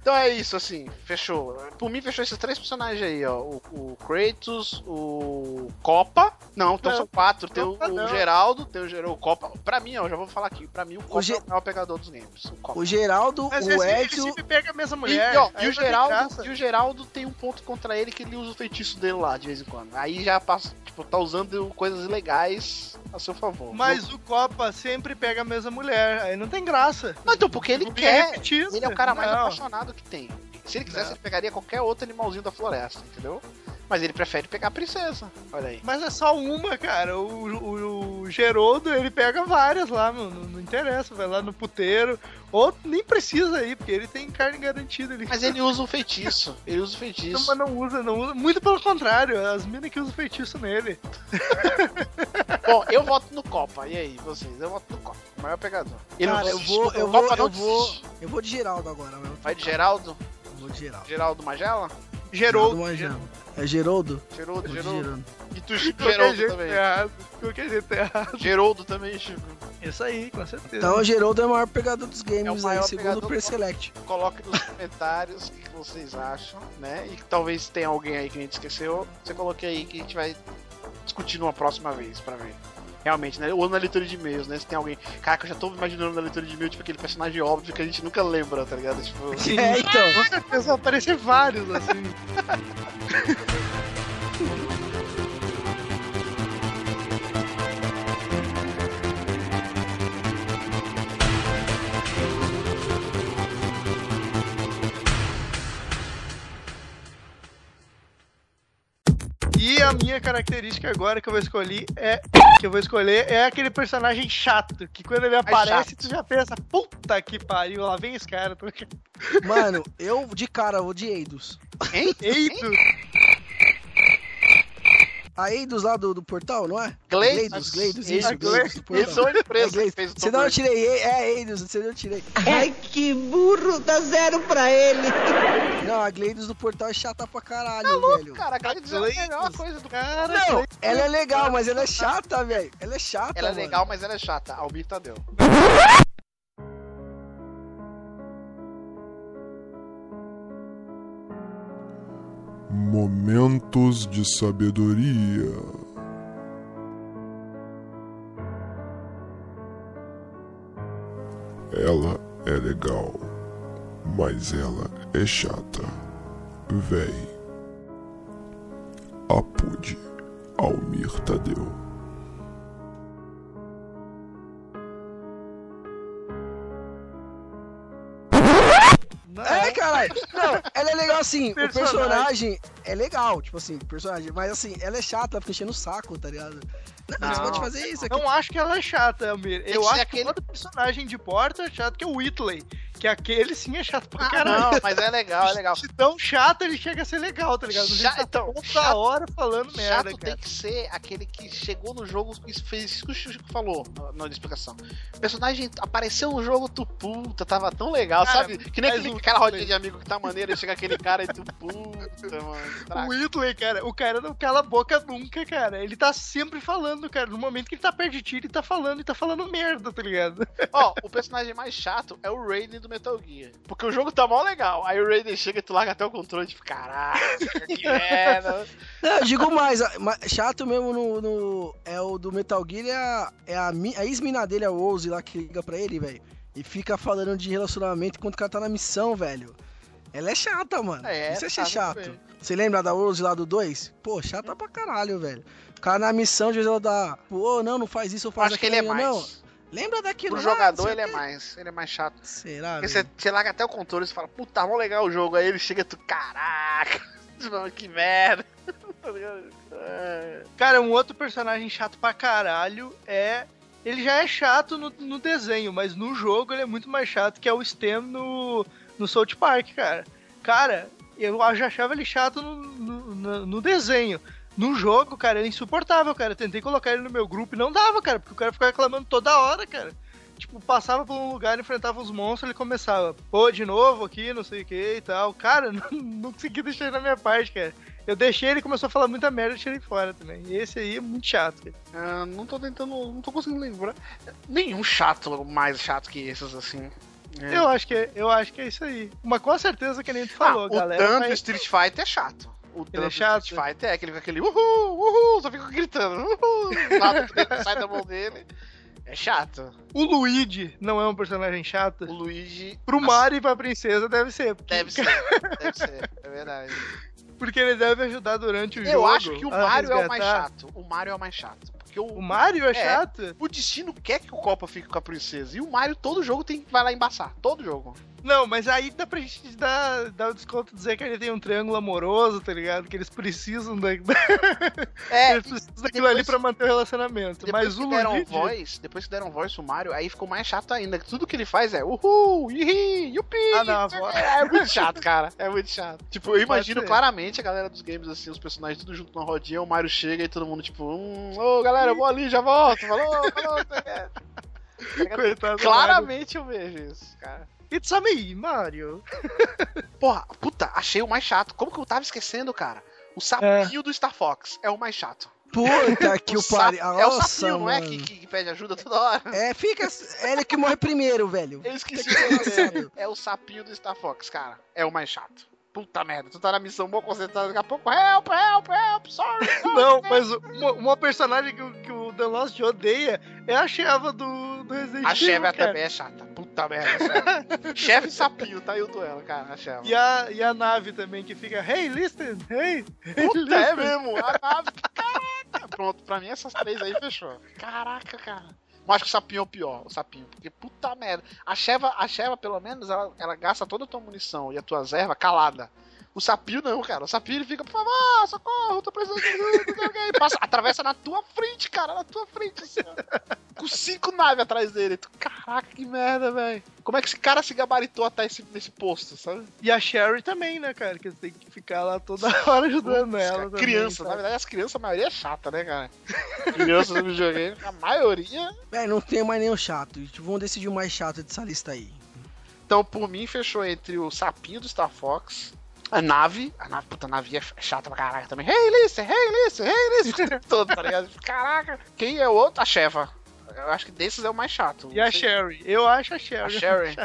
Então é isso, assim, fechou. Por mim, fechou esses três personagens aí, ó. O, o Kratos, o Copa. Não, então
Não,
são quatro. Tem o,
Copa
o
não.
Geraldo, tem o Geraldo. O Copa. Pra mim, ó, já vou falar aqui. Pra mim, o Copa
Ge-
é o maior pegador dos games. O Copa.
O Geraldo,
Mas
o
esse, ele
Edson.
sempre pega a mesma
E,
mulher.
ó,
Aí
e o
não tem
Geraldo,
graça.
e o Geraldo tem um ponto contra ele que ele usa o feitiço dele lá de vez em quando. Aí já passa, tipo, tá usando coisas ilegais a seu favor.
Mas o Copa sempre pega a mesma mulher. Aí não tem graça.
Não, então, porque ele
Não tem
quer.
repetido.
Ele é o cara mais
Não.
apaixonado que tem. Se ele quisesse, ele pegaria qualquer outro animalzinho da floresta, entendeu? Mas ele prefere pegar a princesa. Olha aí.
Mas é só uma, cara. O, o, o Geroldo, ele pega várias lá, meu. Não, não interessa. Vai lá no puteiro. Ou nem precisa ir, porque ele tem carne garantida ali.
Mas ele usa um feitiço. Ele usa um
Não,
feitiço.
mas não usa, não usa. Muito pelo contrário, as minas que usam feitiço nele.
Bom, eu voto no Copa. E aí, vocês? Eu voto no Copa. O maior pegador. Ele
Cara,
não
eu
desiste,
vou,
o
eu
Copa
vou,
não
eu vou.
desiste.
Eu vou de Geraldo agora, meu.
Vai de Geraldo?
Eu Vou de Geraldo.
Geraldo Magela?
Geraldo
Geroldo.
Magela. É Geraldo?
Geraldo,
Eu vou de
Geraldo.
Geraldo.
E tu, Chico,
De qualquer
Geraldo
jeito
também.
tá errado. De qualquer jeito tá errado.
Geraldo também, Chico.
Isso aí, com certeza.
Então, o Geraldo é o maior pegador
É
dos
o
games
maior
aí, segundo
pegador
o
do-
Perselect.
Coloque nos comentários o que vocês acham, né? E que talvez tenha alguém aí que a gente esqueceu. Você coloque aí que a gente vai discutir numa próxima vez pra ver. Realmente, né? Ou na leitura de e-mails, né? Se tem alguém. Caraca, eu já tô imaginando na leitura de e-mail, tipo, aquele personagem óbvio que a gente nunca lembra, tá ligado? Tipo.
É, então.
Com certeza vão aparecer vários, assim. E a minha característica agora que eu vou escolher é que eu vou escolher é aquele personagem chato que quando ele aparece
chato.
tu já pensa puta que pariu lá vem esse cara tô
Mano, eu de cara vou de Eidos.
Eito!
A Eidos lá do, do portal, não é?
Gleidos.
Gleidos, Gleidos,
Eles-
isso, Gleidos do
Eles
portal.
são a
É
empresa que
Gleidos.
fez um o
Se não, eu
Tom Brady.
tirei. E- É Eidos, se não, eu tirei.
Ai, que burro, dá zero pra ele.
Não, a Gleidos do portal é chata pra caralho, velho.
Tá Cara, Gleidos é a
Gleidos.
melhor coisa do cara.
Cara,
Não, ela é legal, mas ela é chata, velho. Ela é chata,
Tá Ela é
mano.
legal, mas ela é chata. Almir Tadeu.
Momentos de sabedoria. Ela é legal, mas ela é chata. Véi. Apude Almir Tadeu.
É, caralho. Não, ela é legal assim. O personagem é legal, tipo assim, o personagem. Mas assim, ela é chata, ela fica enchendo o saco, tá ligado? Não, você
Não.
pode fazer isso aqui.
Não acho que ela é chata, Almir.
Tem que
Eu
ser
acho
aquele-
que todo personagem de porta é chato, que é o Whitley. Que aquele sim é chato pra
Ah,
caralho.
não, mas é legal, é legal.
Se tão chato, ele chega a ser legal, tá ligado? Ele
Chato,
tá
então,
toda
chato-
hora falando merda,
chato
cara.
tem que ser aquele que chegou no jogo e fez isso que o Chico falou na, na explicação. O personagem apareceu no jogo, tu puta, tava tão legal,
Cara,
sabe? Que nem
mas
aquele
o-
cara rodinha de amigo que tá maneiro e chega aquele cara e tu puta, mano.
O
Traga.
Whitley, cara, o cara não cala a boca nunca, cara. Ele tá sempre falando, cara. No momento que ele tá perto de tiro, ele tá falando e tá falando merda, tá ligado?
Ó, o personagem mais chato é o Raiden do Metal Gear. Porque o jogo tá mó legal. Aí o Raiden chega e tu larga até o controle, tipo, caraca, que merda.
Não, eu digo mais, a- ma- chato mesmo no, no- É o do Metal Gear, é a, é a, mi- a ex-mina dele, a Rose lá, que liga pra ele, velho. E fica falando de relacionamento enquanto o cara tá na missão, velho. Ela é chata, mano.
É,
Isso é
tá,
ser chato.
velho.
Você lembra da Rose lá do 2? Pô, chata pra caralho, velho. O cara na missão, às vezes ela dá. Pô, não, não faz isso, eu faço
Acho que ele é
aquilo,
mais.
Não, lembra daquilo
Pro
lá, não
jogador
sei
ele
o
é
quê.
mais. Ele é mais chato.
Será,
Porque
velho?
você, você larga até o controle e fala, puta, mó legal o jogo. Aí ele chega e tu, caraca, mano, que merda. Tá ligado? É.
Cara, um outro personagem chato pra caralho é. Ele já é chato no, no desenho, mas no jogo ele é muito mais chato que é o Stan no, no South Park, cara. Cara, eu já achava ele chato no, no- no- no desenho. No jogo, cara, ele é insuportável, cara. Eu tentei colocar ele no meu grupo e não dava, cara, porque o cara ficava reclamando toda hora, cara. Tipo, passava por um lugar, enfrentava os monstros, ele começava, pô, de novo aqui, não sei o que e tal. Cara, não, não consegui deixar ele na minha parte, cara. Eu deixei ele começou a falar muita merda e tirei fora também. E esse aí é muito chato. cara.
Ah, não tô tentando, não tô conseguindo lembrar. Nenhum chato mais chato que esses, assim. É.
Eu, acho que é, eu acho que é isso aí. Mas com certeza que nem tu falou,
Ah,
galera.
O tanto
mas-
Street Fighter é chato. O tanto
é chato?
Street Fighter é aquele com aquele uhul, uhul, só fica gritando. Uhul, nada que sai da mão dele. É chato.
O Luigi não é um personagem chato.
O Luigi.
Pro Mario e pra princesa deve ser. Porque,
Deve ser, deve ser, é verdade.
porque ele deve ajudar durante o jogo.
Eu acho que o
a
Mario é o mais
resgatar.
chato. O Mario é o mais chato. Porque o,
O Mario é,
É.
chato?
o destino quer que o Copa fique com a princesa. E o Mario, todo jogo, tem vai lá embaçar. Todo jogo.
Não, mas aí dá pra gente dar, dar o desconto e dizer que ele tem um triângulo amoroso, tá ligado? Que eles precisam da,
É,
eles precisam daquilo ali pra manter o relacionamento. Mas
que
o
deram
Luigi.
voz, depois que deram voz pro Mario, aí ficou mais chato ainda. que Tudo que ele faz é uhul, ihi, yupi.
Ah, não, a voz-
É, é muito chato, cara. É muito chato. Tipo, eu imagino
ser.
claramente a galera dos games, assim, os personagens tudo junto na rodinha, o Mario chega e todo mundo, tipo, hum, ô galera, eu vou ali, já volto. Falou, falou, tá ligado?
Coitado do Mario.
Claramente eu vejo isso, cara.
It's a me, Mario.
Porra, puta, achei o mais chato. Como que eu tava esquecendo, cara? O sapinho do Star Fox é o mais chato.
Puta que o
sapo-
pariu.
É o
Nossa,
sapinho, não é?
mano.
Que, que- que pede ajuda toda hora.
É, fica. É ele que morre primeiro, velho.
Eu esqueci o nome dele. É o sapinho do Star Fox, cara. É o mais chato. Puta merda, tu tá na missão boa concentrada daqui a pouco. Help, help, help, sorry.
Não, mas uma, uma personagem que, o- que o The Lost odeia é a Sheva do, do Resident Evil.
A Cheva
cara.
também é chata. Puta merda. sério. Chefe e sapinho, tá aí o duelo, cara. A Cheva.
E a, e a nave também, que fica, hey, listen, hey, hey,
Puta, é
listen.
mesmo. A nave. Caraca. Pronto, pra mim essas três aí fechou. Caraca, cara. Mas acho que o sapinho é o pior, o sapinho. Porque puta merda. A Cheva, a Cheva pelo menos, ela, ela gasta toda a tua munição e a tua ervas calada. O sapinho não, cara. O sapinho ele fica, por favor, socorro, tô precisando de ajuda, não sei o quê. E Passa, atravessa na tua frente, cara, na tua frente, assim, ó. Com cinco naves atrás dele. Tu, caraca, que merda, velho. Como é que esse cara se gabaritou até esse, nesse posto, sabe?
E a Sherry também, né, cara? Que tem que ficar lá toda hora ajudando ela.
Cara,
também,
criança,
sabe?
na verdade, as crianças, a maioria é chata, né, cara? Crianças no videogame, a maioria.
Véi, É, não tem mais nenhum chato. Tipo, Vamos decidir o mais chato dessa lista aí.
Então, por mim, fechou entre o sapinho do Star Fox, a nave. A nave, puta, a nave é chata pra caraca também. Hey, listen, hey, listen, hey, listen. o tempo Todo, tá ligado? Caraca. Quem é o outro? A chefa. Eu acho que desses é o mais chato.
E a
Não sei-
Sherry, eu acho a
A
Sherry.
Sherry.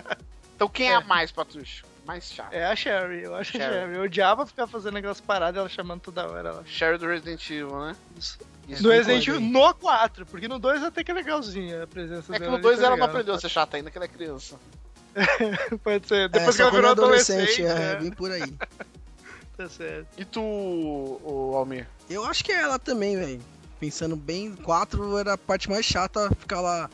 Então, quem é a mais, Patucho? Mais chato.
É a Sherry, eu acho
Sherry.
a Sherry. Eu odiava ficar fazendo aquelas paradas, ela chamando toda hora. Ela.
Sherry do Resident Evil, né? Isso
No
me
Resident Evil
incomoda.
no 4, porque no 2 até que é legalzinha a presença
É que
dela
no
ali,
2
tá
ela não
ligado?
aprendeu a ser chata ainda, que ela é criança.
Pode ser.
É,
Depois
só
que ela
quando é
virou
adolescente,
adolescente.
é,
né?
bem por aí.
Tá certo.
E tu, ô, Almir?
Eu acho que é ela também, velho. Pensando bem, 4 era a parte mais chata, ficar lá,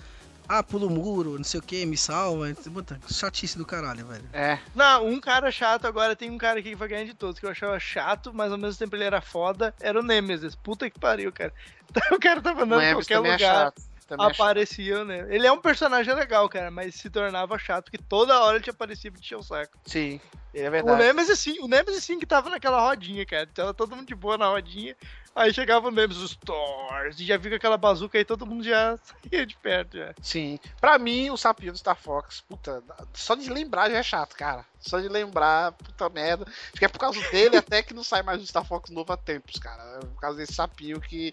ah, pula o muro, não sei o que, me salva. Puta, chatice do caralho, velho.
É.
Não, um cara chato agora, tem um cara aqui que vai ganhar de todos, que eu achava chato, mas ao mesmo tempo ele era foda, era o Nemesis. Puta que pariu, cara. Então, O cara tava
Não
andando em
é,
qualquer
também é
lugar.
chato. Também é chato.
aparecia, né? Ele é um personagem legal, cara, mas se tornava chato, que toda hora ele te aparecia pra te encher o saco.
Sim, é
O
verdade.
Nemesis sim, o Nemesis sim que tava naquela rodinha, cara. Tava todo mundo de boa na rodinha. Aí chegava o Nemesis Stores, e já fica aquela bazuca aí, todo mundo já saía de perto já.
Sim. Pra mim, o sapinho do Star Fox, puta, só de lembrar já é chato, cara. Só de lembrar, puta merda. Acho que é por causa dele até que não sai mais do Star Fox novo há tempos, cara. É por causa desse sapinho que.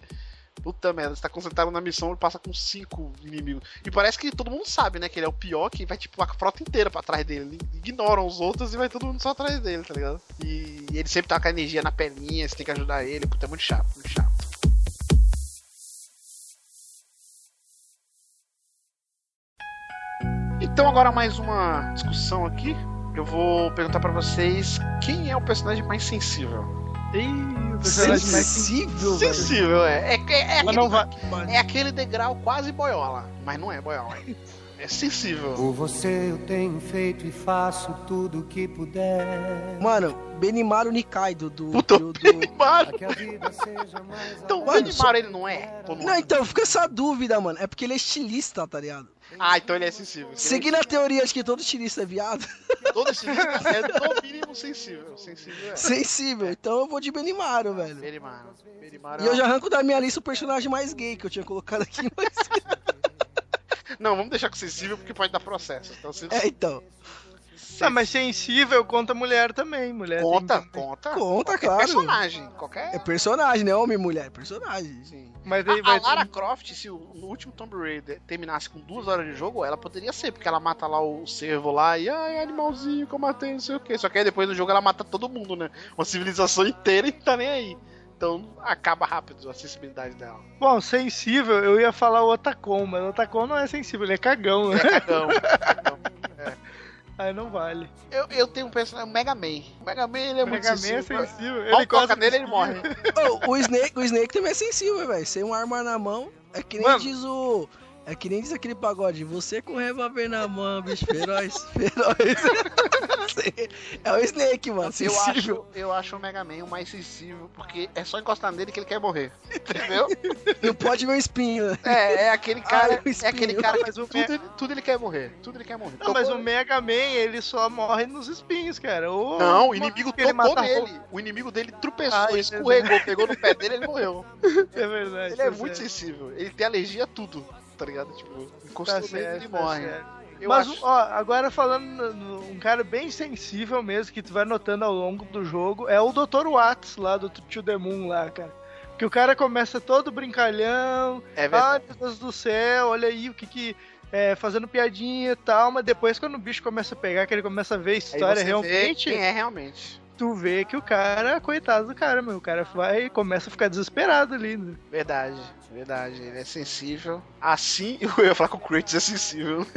Puta merda, você tá concentrado na missão ele passa com cinco inimigos. E parece que todo mundo sabe, né? Que ele é o pior, que vai tipo a frota inteira pra trás dele. Ignoram os outros e vai todo mundo só atrás dele, tá ligado? E, e ele sempre tá com a energia na perninha, você tem que ajudar ele. Puta, é muito chato, muito chato. Então agora mais uma discussão aqui. Eu vou perguntar pra vocês quem é o personagem mais sensível.
Ih, o personagem mais
Sensível, velho.
Sensível, é. É, é, é
Ela
aquele,
não vai.
é aquele degrau quase boiola, mas não é boiola. É sensível.
Por você eu tenho feito e faço tudo o que puder.
Mano, Benimaru Nikai do. do,
Puta,
do- do-
Mano,
Pra que a vida seja mais
então o
Mano,
Benimaru ele não é? Ou não
Não,
é?
então, fica essa dúvida, mano. É porque ele é estilista, tá ligado?
Ah, então ele é sensível.
Seguindo a teoria de que todo estilista é viado,
Todo esse é no mínimo sensível. Sensível é.
sensível. Então eu vou de Benimaru, velho.
Benimaru. Benimaru
E
é
eu
uma-
já arranco da minha lista o personagem mais gay que eu tinha colocado aqui. Mas...
Não, vamos deixar com sensível porque pode dar processo. Então, se...
É, então.
Ah, mas sensível conta mulher também, mulher. tem-
Conta, conta.
Conta,
Qualquer
claro.
Personagem, qualquer.
É personagem, né? Homem e mulher, é personagem.
Sim.
Mas
A,
aí
a
vai.
Ah, Lara Croft, se o, no último Tomb Raider terminasse com duas horas de jogo, ela poderia ser, porque ela mata lá o cervo lá e ai, animalzinho que eu matei, não sei o que. Só que aí depois do jogo ela mata todo mundo, né? Uma civilização inteira e tá nem aí. Então acaba rápido a acessibilidade dela.
Bom, sensível, eu ia falar o Otacon, mas o Otacon não é sensível, ele é cagão, né?
É cagão. cagão. É.
Aí não vale.
eu, eu tenho um personagem, o Mega Man. O Mega Man ele é
O
muito
Mega Man é
sensível.
sensível.
Mal
Ele
toca
gosta
nele, ele morre.
Ô, o, Snake, o Snake também é sensível, velho. Sem uma arma na mão, é que nem
Mano.
diz o. É que nem diz aquele pagode. Você com revólver na mão, bicho. Feroz, feroz. é o Snake, mano.
Eu
Sensível.
acho, eu acho o Mega Man o mais sensível, porque é só encostar nele que ele quer morrer. Entendeu?
Não pode ver o espinho. né?
É, é aquele
Ai,
cara.
o espinho.
é aquele cara que
Mas o
tudo, ele- tudo ele quer morrer. Tudo ele quer morrer.
Não, mas o Mega Man, ele só morre nos espinhos, cara. Ou
Não, o
uma-
inimigo
que ele
tocou
mata a
nele. Ah, O inimigo dele tropeçou,
Ai,
escorregou, pegou no pé dele e ele morreu.
roupa. É verdade.
Ele é
tá
muito
certo,
sensível. Ele tem alergia a tudo, tá ligado? Tipo, encostou
tá
nele
certo,
ele
tá
morre.
certo.
Eu
Mas,
acho.
ó, agora falando no- no- um cara bem sensível mesmo, que tu vai notando ao longo do jogo, é o Dr. Watts lá do Tio The Moon lá, cara. Que o cara começa todo brincalhão,
É
Ah,
verdade.
meu Deus do céu, olha aí o que que. É, fazendo piadinha e tal, mas depois quando o bicho começa a pegar, que ele começa a ver a
Aí
história
você vê
realmente,
quem é realmente.
tu vê que o cara, coitado do cara, meu, o cara vai começa a ficar desesperado ali. né?
Verdade, verdade. Ele é sensível. Assim, eu ia falar que o Kratos é sensível.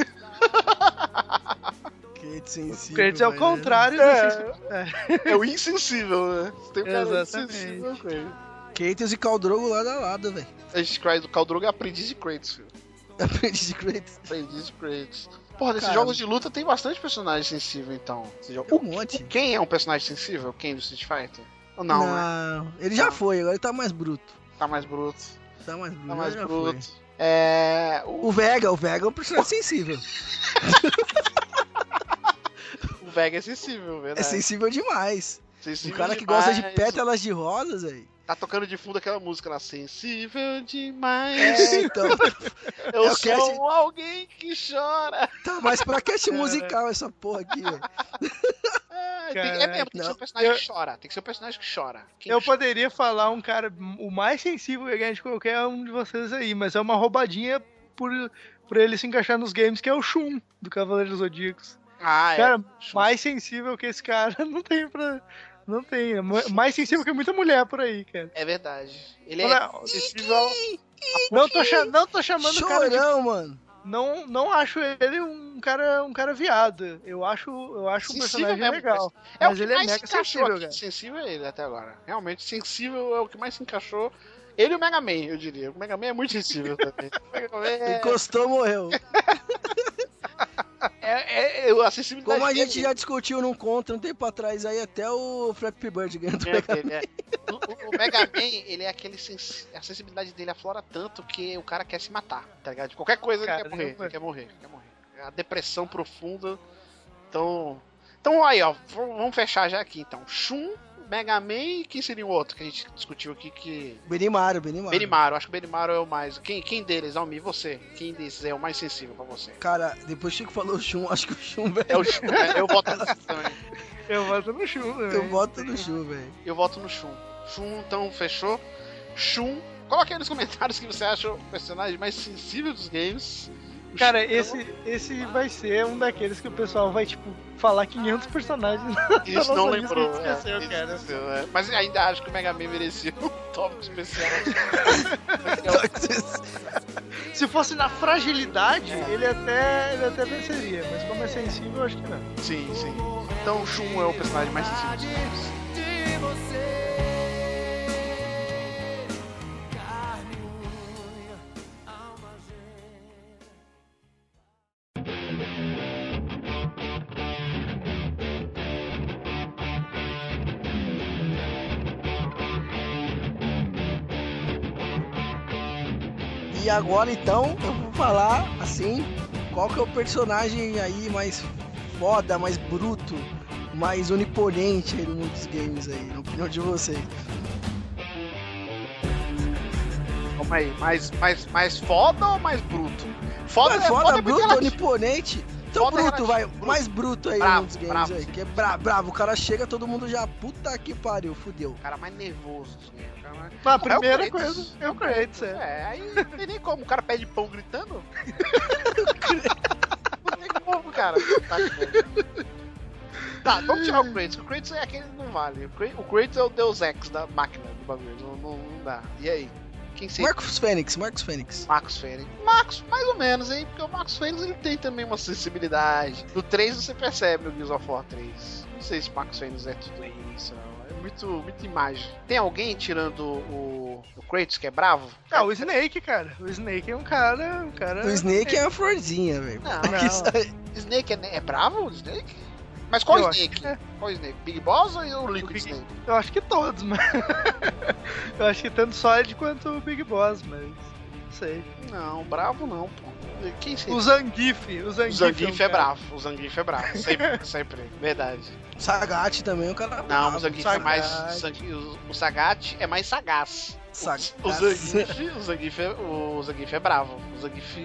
Que sensível.
O Kratos é o
né?
velho.
contrário né? do sensível.
É o insensível, né? Tem um cara
Exatamente.
insensível com ele.
Kratos e Caldrogo lado a lado, velho.
A gente cry do Caldrogo é aprendiz de Kratos, filho.
Aprendiz de Kratos.
Aprendiz de Kratos. Porra, nesses
Cara.
jogos de luta tem bastante personagem sensível, então. Esse jogo-
Um monte.
Quem é um personagem sensível? Quem do Street Fighter? Ou não, né?
Ele já foi, agora ele tá mais bruto.
Tá mais bruto.
Tá mais bruto.
Tá mais
já
bruto.
foi.
É. O,
O Vega, o Vega é um personagem sensível.
o Vega é sensível,
É
verdade.
sensível demais.
sensível.
O cara que gosta de
demais.
pétalas de rosas, velho.
Tá tocando de fundo aquela música lá. Sensível demais.
É, então.
Eu
é o
sou
cast-
alguém que chora.
Tá mais pra cast musical essa porra aqui, velho.
É, tem, é
Caraca,
mesmo, tem que ser
não.
um personagem que chora. Tem que ser um personagem que chora. Quem
Eu
chora?
poderia falar um cara, o mais sensível que ganha de qualquer um de vocês aí, mas é uma roubadinha por, por ele se encaixar nos games, que é o Shun, do Cavaleiros Zodíacos.
Ah, é.
Cara,
Shun.
mais sensível que esse cara não tem pra, Não tem. É mais sensível que muita mulher por aí, cara.
É verdade. Ele é.
Não, sensível ao- não, tô, cha- não tô chamando o cara de
Chorão, mano.
não, não acho ele um cara, um cara viado. Eu acho, eu acho um
Sensível
personagem
mesmo,
legal.
É
mas
o que
ele é
mais
mega
se encaixou
sensível,
aqui.
cara.
Sensível é ele até agora. Realmente, sensível é o que mais se encaixou. Ele e o Mega Man, eu diria. O Mega Man é muito sensível também. O Mega Man é,
Encostou, morreu.
é, é, é a sensibilidade
Como a
dele.
gente já discutiu num conto um tempo atrás aí, até o Flappy Bird ganhou do
É,
Mega
dele, é. O, o- o Mega Man, ele é aquele sens... a sensibilidade dele aflora tanto que o cara quer se matar, tá ligado? De qualquer coisa
Cara,
ele quer morrer,
ele não-
ele quer morrer, ele quer morrer. É a depressão profunda. Então, então aí, ó, v- vamos fechar já aqui então. Shun, Mega Man e quem seria o outro que a gente discutiu aqui que
Benimário, Benimário.
Benimaru, acho que o Benimaru é o mais. Quem, quem deles, Almi, você? Quem desses é o mais sensível pra você?
Cara, depois que o Chico falou Shun, acho que o Shun, velho.
É o Shun, né? eu voto no Shun também.
Eu voto no Shun,
Eu
velho.
voto no Shun, velho.
Eu voto no Shun. Shun, então, fechou. Shun, coloque aí nos comentários que você acha o personagem mais sensível dos games. O
Cara,
Shun,
esse, esse vai ser um daqueles que o pessoal vai, tipo, falar 500 personagens.
Isso
nossa
não
lista
lembrou.
que esqueceu,
é, isso
cara.
esqueceu, é. Mas ainda acho que o Mega Man merecia um tópico especial.
Se fosse na fragilidade, ele até ele até venceria, mas como é sensível, eu acho que não.
sim, sim. Então, o Shun é o personagem mais sensível dos games.
de você. Carne, unha, alma gêmea.
E agora então eu vou falar assim, qual que é o personagem aí mais foda, mais bruto, mais oniponente aí no mundo dos games aí, na opinião de vocês.
Calma aí, mais, mais, mais foda ou mais bruto? Foda,
Mano,
é,
foda,
foda é muito
bruto,
relativo.
oniponente. Então
Foda é
bruto,
relativo,
vai,
bruto.
mais bruto aí
Bravo,
no mundo dos games
bravo.
aí, que é bra bravo, o cara chega, todo mundo já, puta que pariu, fudeu.
O cara mais nervoso dos games. o cara mais-
A
É o
primeira
Kratos.
coisa, é o Kratos, é.
É, aí não tem nem como. O cara pede pão gritando. não tem como, cara. Tá, bom. Tá, vamos tirar o Kratos. O Kratos é aquele que não vale. O Kra- o Kratos é o Deus Ex da máquina do bagulho. Não, não- não dá. E aí? Quem seria?
Marcos Fênix, Marcos Fênix.
Marcos Fênix. Marcos, mais ou menos, hein? Porque o Marcos Fênix ele tem também uma sensibilidade. No 3 você percebe o Gears of War 3. Não sei se o Marcos Fênix é tudo isso, não. É muito, muito imagem. Tem alguém tirando o, o Kratos que é bravo?
Ah, o Snake, cara. O Snake é um cara. Um cara...
O Snake é a florzinha, velho.
Não,
Não.
Snake é, ne- é bravo, o Snake? Mas qual
Eu
Snake?
acho é.
Qual Snake? Big Boss ou o Liquid
Big-
Snake?
Eu acho que todos, mas. eu acho que tanto Solid quanto o Big Boss, mas. Não sei.
Não, bravo não, pô. Quem seria?
O Zangief. O
O
Zangief,
Zangief
um
é
cara-
bravo, o Zangief é bravo, sempre, sempre, verdade.
Sagat também, o cara
Não, o
bravo.
Zangief é
Sagat.
mais. Zangief- o- o Sagat é mais sagaz.
Sagat.
O Zangief, o Zangief, é, o Zangief é bravo. O Zangief.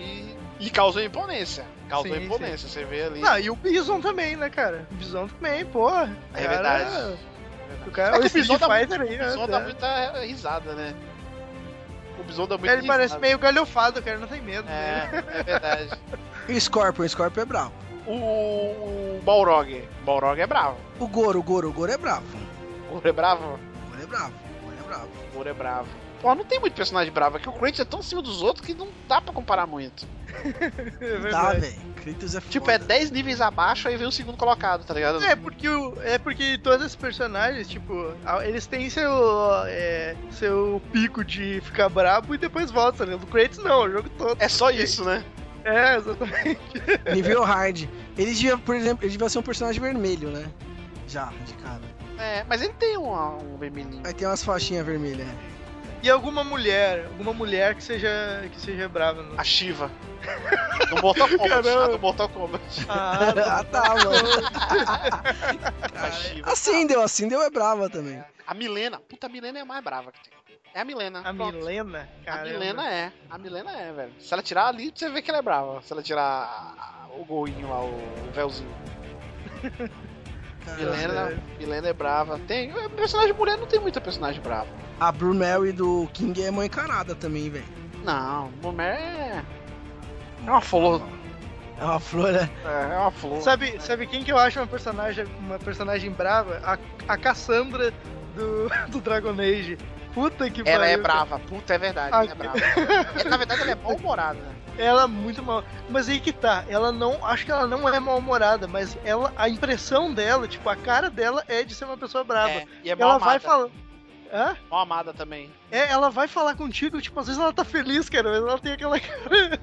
E causou imponência. Causou
Sim,
imponência, você vê ali.
Ah, e o Bison também, né, cara? O Bison também, porra.
É
Cara,
verdade.
O cara, o
É que o
Street
Bison dá
Fighter
muita-
aí,
o
né?
Bison tá dá muita risada, né? O Bison dá muita
É, Ele parece
risada.
meio galhofado, o cara não tem medo, né?
É, é verdade.
E o Scorpion, o Scorpion é bravo.
o o Balrog. O Balrog é bravo.
O Goro, o Goro, o Goro é bravo.
O Goro é bravo?
O Goro é bravo, o Goro é bravo.
O Goro é bravo. Pô, não tem muito personagem bravo, é que o Kratos é tão em cima dos outros que não dá pra comparar muito.
É
Tá,
verdade.
velho. Kratos é foda.
Tipo, é 10 níveis abaixo, aí vem o segundo colocado, tá ligado?
É porque, o- é porque todos esses personagens, tipo, a- eles têm seu, é, seu pico de ficar brabo e depois volta, né? Do Kratos não, o jogo todo.
É só isso, né?
É, exatamente.
Nível hard. Ele devia, por exemplo, ele devia ser um personagem vermelho, né? Já, de cara.
É, mas ele tem um, um vermelhinho.
Aí tem umas faixinhas vermelhas.
E alguma mulher, alguma mulher que seja, que seja brava. Né?
A Shiva. Do Mortal Kombat.
Caramba.
a do Mortal Kombat.
Ah,
Ah, tá, mano.
A Shiva.
A Sindel, a Sindel é brava também.
A Milena. Puta, a Milena é a mais brava que tem. É a Milena.
a
Pronto.
Milena, cara.
A Milena é. A Milena é, velho. Se ela tirar ali, você vê que ela é brava. Se ela tirar a- a- o goinho lá, o o véuzinho. Milena, Milena é brava. Tem. Personagem mulher não tem muita personagem brava.
A Brunel do King é mãe encarada também, velho.
Não, mulher é. É uma flor.
É uma flor, né?
É, é uma flor.
Sabe, sabe quem que eu acho uma personagem, uma personagem brava? A, a Cassandra do, do Dragon Age. Puta que
Ela é
pariu,
brava, puta, é verdade, ela é brava. É, na verdade, ela é mal-humorada.
Ela é muito mal. Mas aí que tá, ela não. Acho que ela não é mal-humorada, mas ela, a impressão dela, tipo, a cara dela é de ser uma pessoa brava.
É, e é
ela
mal-amada.
vai falando. Hã?
Mal-amada também,
É, ela vai falar contigo, tipo, às vezes ela tá feliz, cara, mas ela tem aquela cara.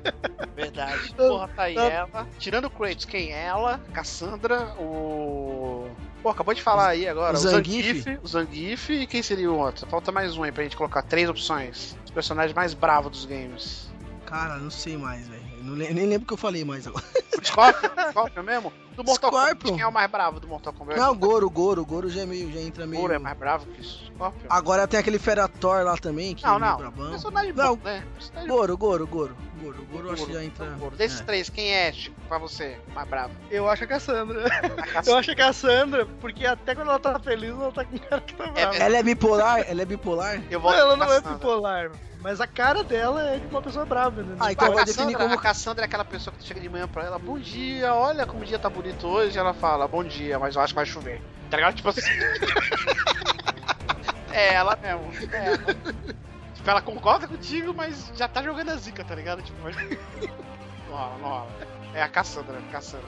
verdade. Porra, tá aí ela. Tirando o Kratos, quem é ela? Cassandra, o... Pô, acabou de falar aí agora. O
Zangief.
Zangief. O Zangief e quem seria o outro? Falta mais um aí pra gente colocar três opções. Os personagens mais bravos dos games.
Cara, não sei mais, velho. Eu não le- Nem lembro o que eu falei mais agora.
O Scorpion? o Scorpion mesmo? Do Mortal Kombat,
Scorpion.
quem é o mais bravo do Mortal Kombat?
Não, o Goro, o Goro, o Goro já é meio, já entra
o
meio.
Goro é mais bravo que o Scorpion?
Agora tem aquele Ferator lá também, que
não,
é meio
não.
brabão.
Personagem
Não,
bom, né? Personagem
Goro, Goro, Goro, Goro, Goro, acho que já entra.
Goro. Desses
é.
três, quem é tipo, pra você mais bravo?
Eu acho a Cassandra.
A
Eu
Cassandra.
acho a Cassandra, porque até quando ela tá feliz, ela tá com cara que tá brava.
verdade.
Ela é bipolar? Ela é bipolar?
Eu
Não,
voto
ela
na
não é
Cassandra.
bipolar, mas a cara dela é de uma pessoa brava, né?
Ah,
Tipo,
então
a,
eu vou
Cassandra,
definir como-
a Cassandra é aquela pessoa que tu chega de manhã pra ela, bom dia, olha como o dia tá bonito hoje. Ela fala, bom dia, mas eu acho que vai chover. Tá ligado? Tipo assim. é ela mesmo. É ela. Tipo, ela concorda contigo, mas já tá jogando a zica, tá ligado? Tipo, mas... Não rola, não rola. É a Cassandra, Cassandra.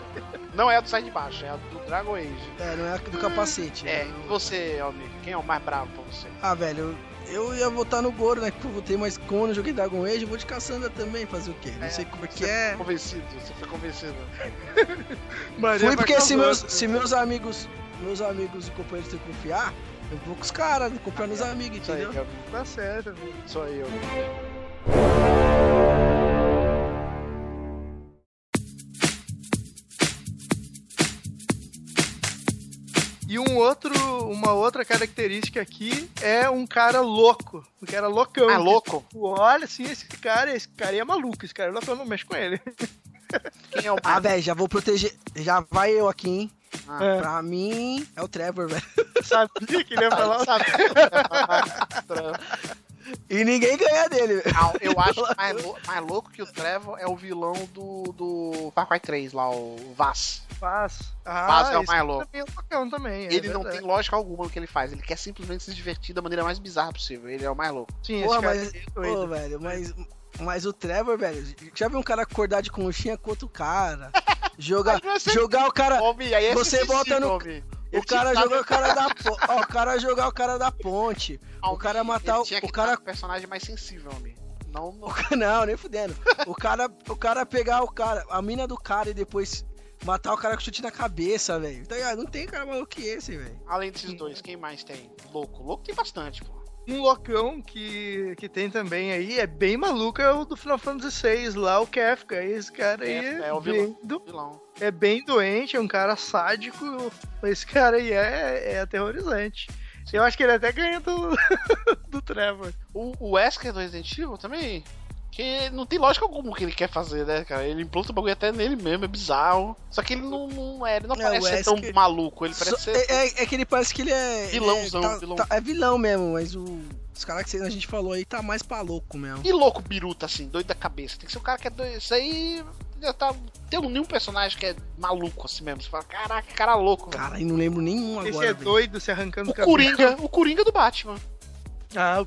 Não é a do Sai de Baixo, é a do Dragon Age.
É, não é a do capacete.
É,
né?
e você, amigo, quem é o mais bravo pra você?
Ah, velho, eu eu ia votar no Goro, né? Que eu votei, mas como eu não joguei Dragon Age, eu vou de Cassandra também, fazer o quê? Não
É,
sei como é que
você
é.
foi Convencido, você foi convencido.
Maria
Fui porque
vai
se
causar.
meus, se meus amigos, meus amigos e companheiros têm que confiar, eu vou com os caras, vou confiar nos amigos,
É, Isso aí,
entendeu?
Gabi.
Tá certo, amigo.
Só eu.
E um outro, uma outra característica aqui é um cara louco. Um cara loucão.
Ah,
Que,
louco?
tipo, Olha, assim, esse cara, esse cara é maluco, esse cara é louco, eu não mexo com ele.
Quem é o
Ah, velho, já vou proteger. Já vai eu aqui, hein?
Ah.
É.
Pra mim, é o Trevor, velho.
Sabia que ele ia falar.
E ninguém ganha dele, velho.
Ah, eu acho que mais, lou- mais louco que o Trevor é o vilão do, do Far Cry 3 lá, o Vaz.
Faz. Ah,
Vaz é o
esse
mais louco.
também é loucão também. é
ele não tem
verdade.
lógica alguma no que ele faz. Ele quer simplesmente se divertir da maneira mais bizarra possível. Ele é o mais louco.
Sim,
Porra,
esse cara
mas-
é
Pô,
doido.
velho, mas, mas o Trevor, velho, já viu um cara acordar de conchinha com outro cara? Jogar,
Mas não é sempre-
jogar o cara.
Homem, aí é
Você
suicídio,
bota no-
homem. Ele
O cara
tinha que
jogar o cara da po- ó, o cara jogar o cara da ponte.
tá-
o cara matar
ele
o-
tinha que
o cara-
tá com o personagem mais sensível, homem. Não, não.
Não, nem fudendo. O cara, o cara pegar o cara, a mina do cara e depois matar o cara com chute na cabeça, velho. Tá ligado? Não tem cara maluco que esse, velho.
Além desses dois, quem mais tem? Louco. Louco tem bastante, pô.
Um loucão que, que tem também aí, é bem maluco, é o do Final Fantasy VI lá, o Kefka. Esse cara aí
Kefka,
é,
é o vilão.
bem, do-
Vilão.
é bem doente, é um cara sádico. Esse cara aí é, é aterrorizante. Eu acho que ele até ganha do, do Trevor.
O, o Wesker do Resident Evil também. Que não tem lógica alguma o que ele quer fazer, né, cara? Ele implanta o bagulho até nele mesmo, é bizarro. Só que ele não, não é, ele não
É,
parece
o
ser tão
Wesker-
maluco, ele parece
Só-
ser.
é, é- é que ele parece que ele é. ele
Vilãozão,
é, tá-
vilão.
tá- é vilão mesmo, mas o- os caras que a gente falou aí tá mais pra louco mesmo.
E louco biruta, assim, doido da cabeça. Tem que ser um cara que é doido. Isso aí. Já tá... Tem um, nenhum personagem que é maluco assim mesmo. Você fala, caraca, que cara louco, velho.
Cara, eu não lembro nenhum agora.
Esse é
velho.
doido se arrancando
O
cabelo.
Coringa, o Coringa do Batman.
Ah, o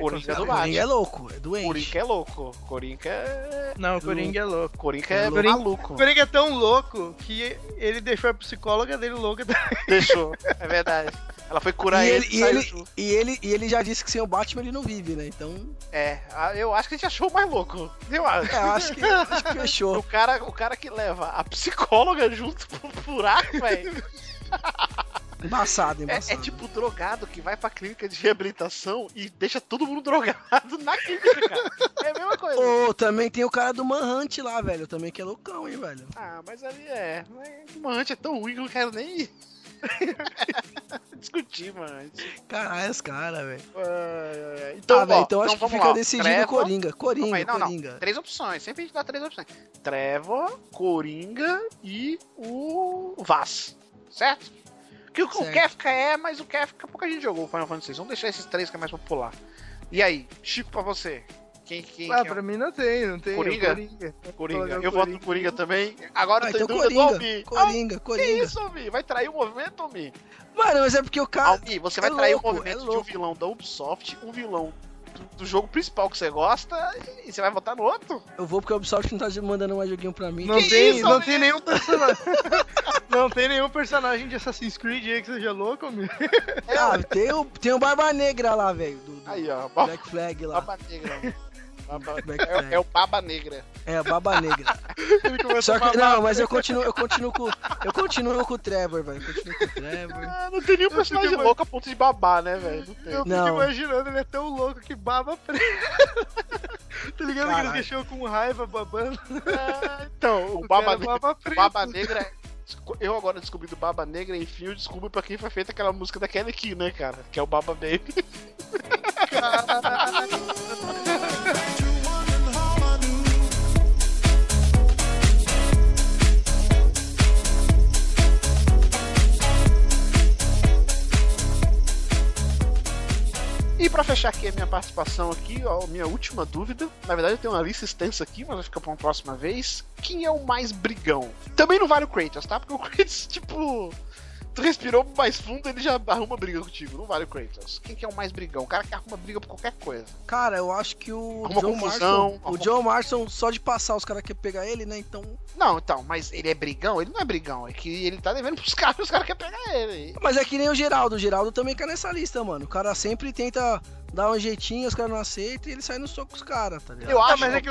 Coringa
com
do
certeza.
Batman.
Ninguém é louco, é
O
doente.
Coringa é louco. O Coringa é.
Não, o Coringa é louco.
O Coringa é
Coringa-
maluco.
O Coringa é tão louco que ele deixou a psicóloga dele louca.
Deixou. É verdade. Ela foi curar
E
ele.
ele- e
saiu
ele-
junto.
E ele, e ele já disse que sem o Batman ele não vive, né? Então,
É, a- eu acho que a gente achou o mais louco. Eu acho.
é, acho, que, acho que
O
fechou.
cara, o cara que leva a psicóloga junto pro buraco, velho,
Embaçado,
é,
embaçado.
é tipo o drogado que vai pra clínica de reabilitação e deixa todo mundo drogado na clínica, cara. É a mesma coisa.
Ô, também tem o cara do Manhunt lá, velho. Também que é loucão, hein, velho.
Ah, mas ali é. mas O Manhunt é tão ruim que eu não quero nem discutir, mano.
Caralho, os caras, velho.
Então,
ah, velho,
ó,
então acho que
vamos
fica
lá.
decidido
Trevor-
Coringa. Coringa,
Calma aí, não, não.
Coringa.
Três opções, sempre a gente dá três opções. Trevor, Coringa e o Vaz, certo? Que o, o
Certo.
Kefka é, mas o Kefka pouca gente jogou o Final Fantasy. VI. Vamos deixar esses três que é mais popular. E aí, Chico, pra você, Quem, quem,
Ah,
quem é
pra mim não tem, não tem.
Coringa?
Coringa.
o Coringa?
Olha, é
Eu voto no Coringa também. Agora
Ah,
tem
então
dúvida do
Coringa.
Almi. Almi,
Coringa,
Ah, que
Coringa.
isso, Almi? Vai trair o movimento, Almi?
Mano, mas é porque o cara.
Almi, você
é
vai trair
louco,
o
é
movimento de um
louco.
vilão da Ubisoft, um vilão do- do jogo principal que você gosta, e você vai votar no outro?
Eu vou porque o Ubisoft não tá mandando mais joguinho pra mim.
Não
Que
tem,
isso,
não
Almir?
tem nenhum personagem. não tem nenhum personagem de Assassin's Creed aí que seja louco, amigo.
Ah, tem o, tem o Barba Negra lá, velho. Do, do
Aí, ó. Tá Baba,
Black Flag lá.
baba negra. Baba-
Black Flag.
é, é o Baba Negra.
É, Baba Negra.
Ele começou
Só
a
que
falar,
não, mas eu continuo, eu continuo com. Eu continuo com o Trevor, velho. Eu Continuo com o Trevor.
"Ah, Não tem nenhum personagem
imag-
louco a ponto de babar, né, velho? Não tem.
Eu
Não.
fico imaginando, ele é tão louco que baba preto. tá ligado que
Caralho.
eles deixou com raiva babando?
Ah, então, o
O
Baba,
cara
negra,
baba
o
preto.
Baba Negra. é Eu agora descobri do Baba Negra, enfim, eu descubro pra quem foi feita aquela música da Kelly Key, né, cara? Que é o Baba Baby. E pra fechar aqui a minha participação aqui, ó, minha última dúvida. Na verdade eu tenho uma lista extensa aqui, mas vai ficar pra uma próxima vez. Quem é o mais brigão? Também não vale o Kratos, tá? Porque o Kratos, tipo... Tu respirou mais fundo, ele já arruma briga contigo. Não vale o Kratos. Quem que é o mais brigão? O cara que arruma briga por qualquer coisa.
Cara, eu acho que o
Arruma
John
confusão,
Marston. O
arruma-
John Marston, só de passar, os caras querem pegar ele, né? Então.
Não, então, mas ele é brigão? Ele não é brigão. É que ele tá devendo pros caras, os caras querem pegar ele.
Mas é que nem o Geraldo. O Geraldo também cai nessa lista, mano. O cara sempre tenta dar um jeitinho, os caras não aceitam e ele sai no soco com os caras, tá ligado?
Eu
Ah,
acho.
mas é que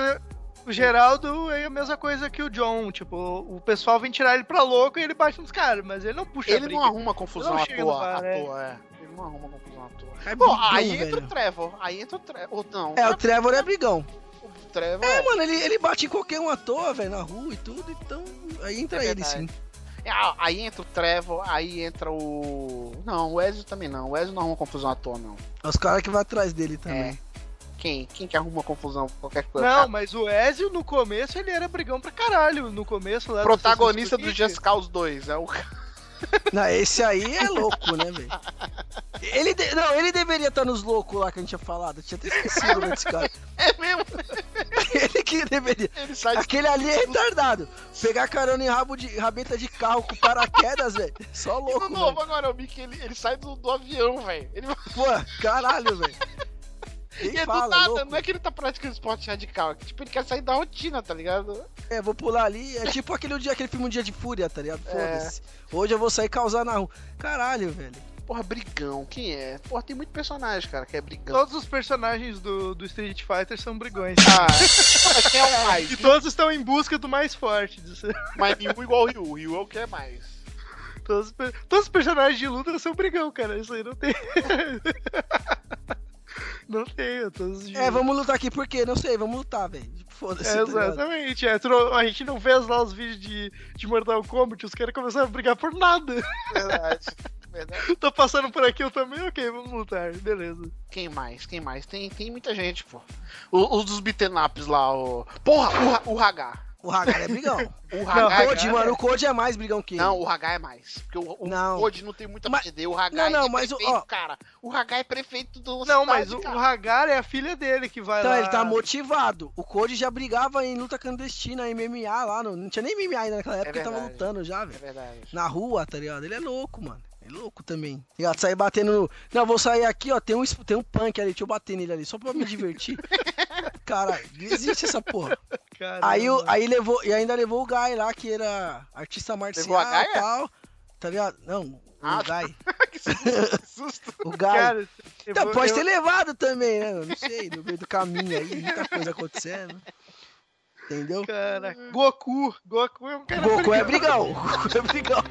o Geraldo é a mesma coisa que o John. Tipo, o pessoal vem tirar ele pra louco e ele bate nos caras, mas ele não puxa a
Ele
briga.
não arruma confusão
Não
à
chega no
toa.
bar,
à
é.
toa, é. Ele não arruma confusão à toa.
Cara, é
Bom,
brigão,
aí entra o
velho.
Trevor. Aí entra o Trevor. Ou não.
É, o Trevor é brigão.
o Trevor.
É,
É,
mano, ele, ele bate em qualquer um à toa, velho, na rua e tudo, então aí entra
É
ele sim.
verdade. Ah, Aí entra o Trevor, aí entra o. Não, o Ezio também não. O Ezio não arruma confusão à toa, não.
É os caras que vai atrás dele também.
Quem? Quem que arruma confusão por qualquer coisa?
Não,
Cara,
mas o Ezio no começo ele era brigão pra caralho. No começo lá do
protagonista do
Assassin's
Just Cause 2. É o cara.
Não, esse aí é louco, né, velho? Ele de- Não, ele deveria estar nos loucos lá que a gente tinha falado. Eu tinha até esquecido né, desse cara.
É mesmo.
Ele que deveria.
Ele sai de
Aquele ali é retardado. Pegar carona em rabo de... rabeta de carro com paraquedas, velho. Só
E no
louco,
novo
mano.
agora, o Mickey, ele, ele sai do, do avião, velho. Ele
Pô, caralho, velho.
e
Quem
é do
fala,
nada,
louco?
não é que ele tá praticando esporte radical, é que, tipo, ele quer sair da rotina, tá ligado?
É, vou pular ali. É tipo aquele dia, aquele filme Um Dia de Fúria, tá
É.
ligado? Foda-se. Hoje eu vou sair causar na rua. Caralho, velho.
Porra, brigão, quem é? Porra, tem muito personagem, cara, que é
Creed.
brigão.
Todos os personagens do, do Street Fighter são brigões.
Ah, mas quem é o mais?
E todos estão em busca do mais forte. disso.
Mas nenhum igual o Ryu, o Ryu é o que é mais.
Todos, os per- todos os personagens de luta são brigão, cara. Isso aí não tem. não tem, todos os de
É, vamos lutar aqui, por quê? Não sei, vamos lutar, velho. Foda-se.
É,
tá ligado?
exatamente. é. Tu não- a gente não vê lá os vídeos de, de Mortal Kombat, os caras começaram a brigar por nada.
Verdade. Verdade.
Tô passando por aqui, eu também, ok, vamos lutar, beleza.
Quem mais? Quem mais? Tem, tem muita gente, pô. O- Os dos beaten ups lá, o. Porra, o, Ra- o Hagar.
O Hagar é brigão.
O
o
Hagar.
Code, mano, o Code é mais brigão que ele.
Não, o Hagar é mais. Porque o, o
Não.
Code não tem muito a
Mas-
perder. O Hagar
Não, não,
é
mas o-
prefeito,
ó.
cara. O Hagar é prefeito do.
Não, mas o,
cidade,
o
cara.
Hagar é a filha dele que vai
Então,
lá.
ele
é-
tá motivado. O Code já brigava em luta clandestina, MMA lá. no- Não tinha nem MMA ainda naquela época, ele tava
É verdade.
lutando já,
É
velho.
verdade.
Na rua, tá ligado? Ele é louco, mano. Ele é louco também. Tá Ligado? Sair batendo no... Não, vou sair aqui, ó. Tem um, es- tem um punk ali, deixa eu bater nele ali, só pra me divertir. Caralho, não existe essa porra.
Caramba.
Aí, o- aí levou, e ainda levou o Guy lá, que era artista marcial
a
e
Gaia?
tal. Tá ligado? Não,
Ah,
o Guy.
que susto, que susto.
O Guy.
Cara, tipo é eu
Então,
vou-
pode
eu-
ter levado também, né? Não sei, no meio do caminho aí, muita coisa acontecendo. Entendeu?
Cara,
Uhum.
Goku. Goku é um cara.
Goku é brigão. Goku é brigão.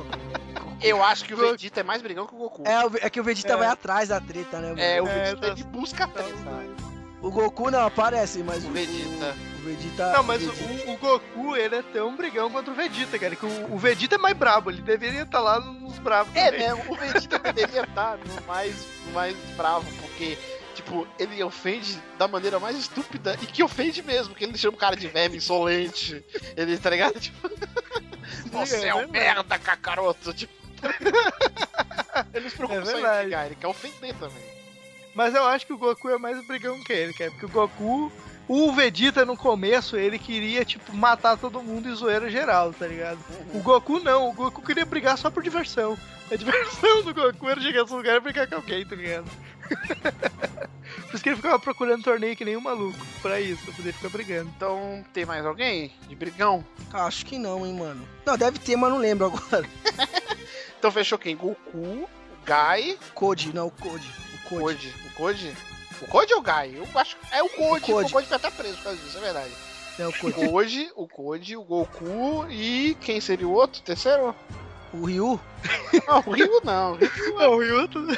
Eu acho que o Vegeta é mais brigão que o Goku.
É, o Ve- é que o Vegeta
É.
vai atrás da treta, né, mano?
É, o
É,
Vegeta
tá-
ele busca a treta.
O Goku não aparece, mas o,
O Vegeta.
o Vegeta.
Não, mas
o
o,
Vegeta-
o Goku, ele é tão brigão contra o Vegeta, cara. Que o, o Vegeta é mais brabo, ele deveria estar lá nos bravos.
É
também.
mesmo, o Vegeta deveria estar no mais, no mais bravo, porque, tipo, ele ofende da maneira mais estúpida e que ofende mesmo, que ele chama o cara de verme insolente. Ele, tá ligado? Tipo, você é,
É
um
verdade.
merda, cacaroto. Tipo, ele não se preocupa
É
só em
verdade.
brigar, ele quer ofender também.
Mas eu acho que o Goku é mais brigão que ele, cara. Porque o Goku, O Vegeta, no começo, ele queria, tipo, matar todo mundo e zoeira geral, tá ligado? O Goku não, o Goku queria brigar só por diversão. A diversão do Goku era chegar nesse lugar e brigar com alguém, tá ligado? por isso que ele ficava procurando torneio que nem um maluco, pra isso, pra poder ficar brigando.
Então, tem mais alguém de brigão?
Ah, Acho que não, hein, mano. Não, deve ter, mas não lembro agora.
Então fechou quem? Goku, Gai,
Code, não, o Code. O Code.
Code. O Code? O Code ou o Gai? Eu acho é o Code.
O Code.
O Code vai estar preso por causa disso, é verdade.
É, o
O
Code.
Code, o Code, o Goku e quem seria o outro? Terceiro?
O Ryu.
Não, o Ryu não. O Ryu-
Não, É o Ryuto. né?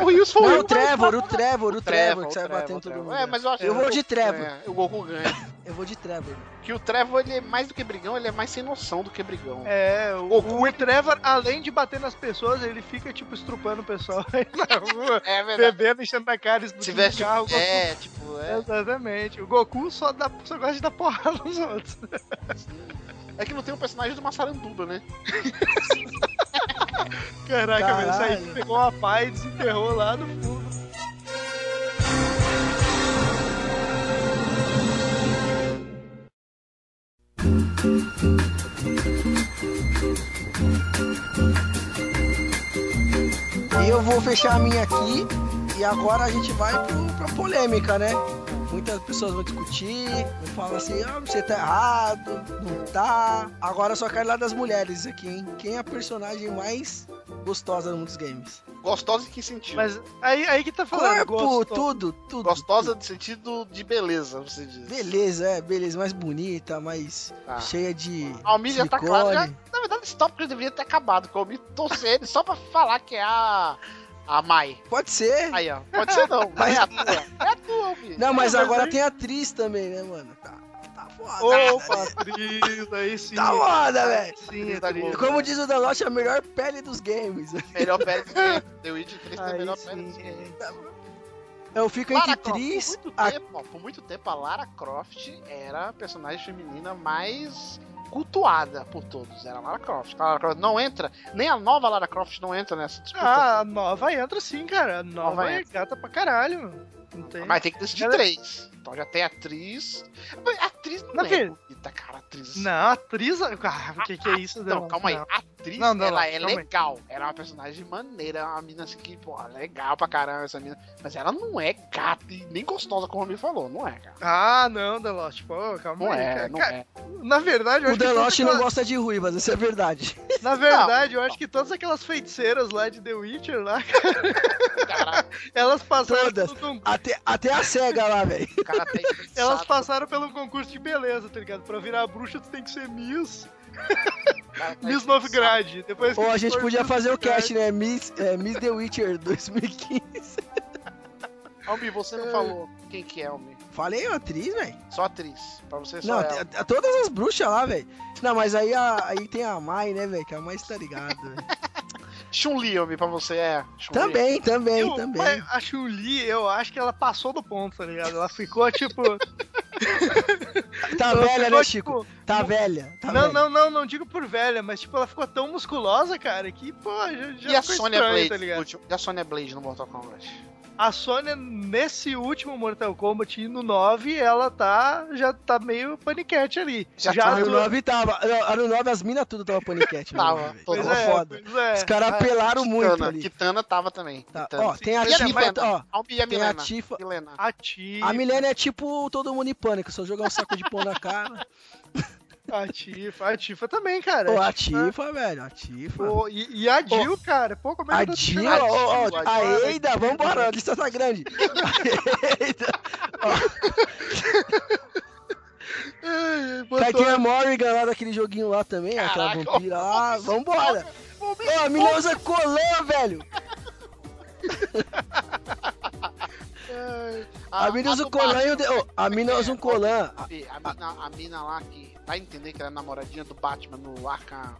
O Ryu se for
Não, é
Ryu,
o Trevor, o Trevor, o
O Trevor,
Trevor, que
o
sai
Trevor,
batendo
o
todo
Trevor.
mundo.
É, mas eu acho
Eu
que
vou
o
de Trevor.
É, o Goku ganha.
Eu vou de Trevor.
Que o Trevor, ele é mais do que brigão, ele é mais sem noção do que brigão.
É, o,
Goku,
o Trevor, além de bater nas pessoas, ele fica, tipo, estrupando o pessoal aí na rua,
É verdade.
bebendo, enchendo a cara,
Se
explodindo o
tivesse.
carro. o Goku-
É, tipo, é.
Exatamente. O Goku só, dá, só gosta de dar porrada nos outros.
É que não tem o personagem do Massaranduba, né?
Caraca,
Caralho.
velho, isso aí pegou uma pá e desenterrou lá no fundo.
E eu vou fechar a minha aqui e agora a gente vai pro, pra polêmica, né? Muitas pessoas vão discutir, vão falar assim, ah, você tá errado, não tá. Agora eu só quero lá das mulheres aqui, hein? Quem é a personagem mais gostosa no mundo dos games?
Gostosa em que sentido?
Mas aí, aí que tá falando.
Corpo, tudo, tudo.
Gostosa
tudo.
no sentido de beleza, você diz.
Beleza, é, beleza, mais bonita, mais
Tá.
cheia de.
A Almir já tá claro. Já,
silicone.
na verdade, esse tópico já deveria ter acabado, que eu me torcer ele só pra falar que é a. A Mai.
Pode ser.
Aí, ó. Pode ser não. Mas é a tua. É a tua, Almir.
Não, mas
Não, mas
agora
aí-
tem atriz também, né, mano? Tá, tá foda.
Opa, Cris, aí sim.
Tá foda, velho.
Sim, é
Tá
Cris.
bom.
Como diz o Daloche, a melhor pele dos games.
Melhor pele do que The Witcher 3 tem a
Aí
melhor
sim,
pele do
é.
que
Eu fico
Lara
entre
Croft,
Tris.
por muito,
A...
tempo, ó, por muito tempo, a Lara Croft era a personagem feminina mais cultuada por todos. Era a Lara Croft. A Lara Croft não entra, nem a nova Lara Croft não entra nessa disputa.
Ah, a nova entra sim, cara. A nova,
Nova
é
entra.
gata pra caralho, mano. Não tem.
Mas tem que decidir
Ela- é
três. Então já tem atriz. Mas Atriz não
Não,
é
filho.
bonita, cara. Atriz.
Não, atriz. Ah, o que, que é isso,
Não, calma aí.
Não.
Atriz,
Não, não,
ela
não,
é
calma aí.
legal. Ela é uma personagem maneira. Uma mina assim que, pô, legal pra caramba essa mina. Mas ela não é gata e nem gostosa, como o Ramiro falou. Não é, cara.
Ah, não, Delote. Pô, calma
Não
aí.
é,
cara.
não
Cara,
é.
Na verdade, eu
O
acho que todas
Deloche não
aquelas-
gosta de ruivas, isso é verdade.
Na verdade, eu acho que todas aquelas feiticeiras lá de The Witcher lá,
Cara,
elas passaram
Todas.
pelo concurso.
Até, até a cega lá, velho.
o cara tá
Elas
estressado,
passaram pelo concurso de beleza, tá ligado? Pra virar bruxa, tu tem que ser Miss.
o cara tá
Miss Nove
estressado.
Grade. Depois que
Ou a
tu
gente
for
podia
Miss
fazer o
Nove Grade-
cast, né? Miss, é, Miss The Witcher 2015.
Almi, você não falou quem que é, Almi.
Falei, ó, atriz, velho.
Só atriz. Pra você só
Não,
ela.
tem- todas as bruxas lá, velho. Não, mas aí, a- aí tem a Mai, né, velho? Que a Mai tá ligada, velho.
Chun-Li, Almi, pra você é. Chun-Li.
é- Também, também,
Eu,
também.
mas a Chun-Li, eu acho que ela passou do ponto, tá ligado? Ela ficou tipo.
Tá
ela
velha,
ficou,
né, Chico?
tipo,
Tá
não-
velha. Tá
não,
velha.
não, não, não digo por velha, mas tipo, ela ficou tão musculosa, cara, que, pô, já, já
E a
ficou
Sonya
estranho,
Blade?
tá ligado?
último- e a Sonya Blade no Mortal Kombat?
A Sônia, nesse último Mortal Kombat e no 9, ela tá. Já tá meio paniquete ali.
Já
A
tá
atu-
Ano 9 tava. A Ano 9, as minas tudo tava paniquete. meu
Tava,
irmão, velho.
todo
Pois
Tava
é,
tá foda.
pois é.
Os caras apelaram muito
Kitana.
ali.
Kitana tava também.
Tá,
Kitana.
ó, tem a
E a
Tifa,
Milena?
ó,
Almi e a
tem a
Milena.
Tifa.
Milena.
A Tifa,
A Milena é tipo todo mundo em pânico, só jogar um saco de pão na cara.
a Tifa, a Tifa também, cara.
né?
Ô, a Tifa, velho, a Tifa.
Pô, e, e a Jill, cara. Pô, como é
A
que tá
Jill,
chegando?
ó, ó,
Jill,
a
Jill.
Eida, vambora, a lista tá grande. A Eida,
Ai,
vai ter
botou-
tá a Morrigan lá daquele joguinho lá também, aquela
né? Caraca,
vampira lá, vambora.
Ô,
Ó, a Milena usa colã, velho. A mina usa
do
um colã e o...
Batman.
de- ó, a mina usa um colã.
A, mina, a mina lá que dá a entender que ela é namoradinha do Batman no Arkham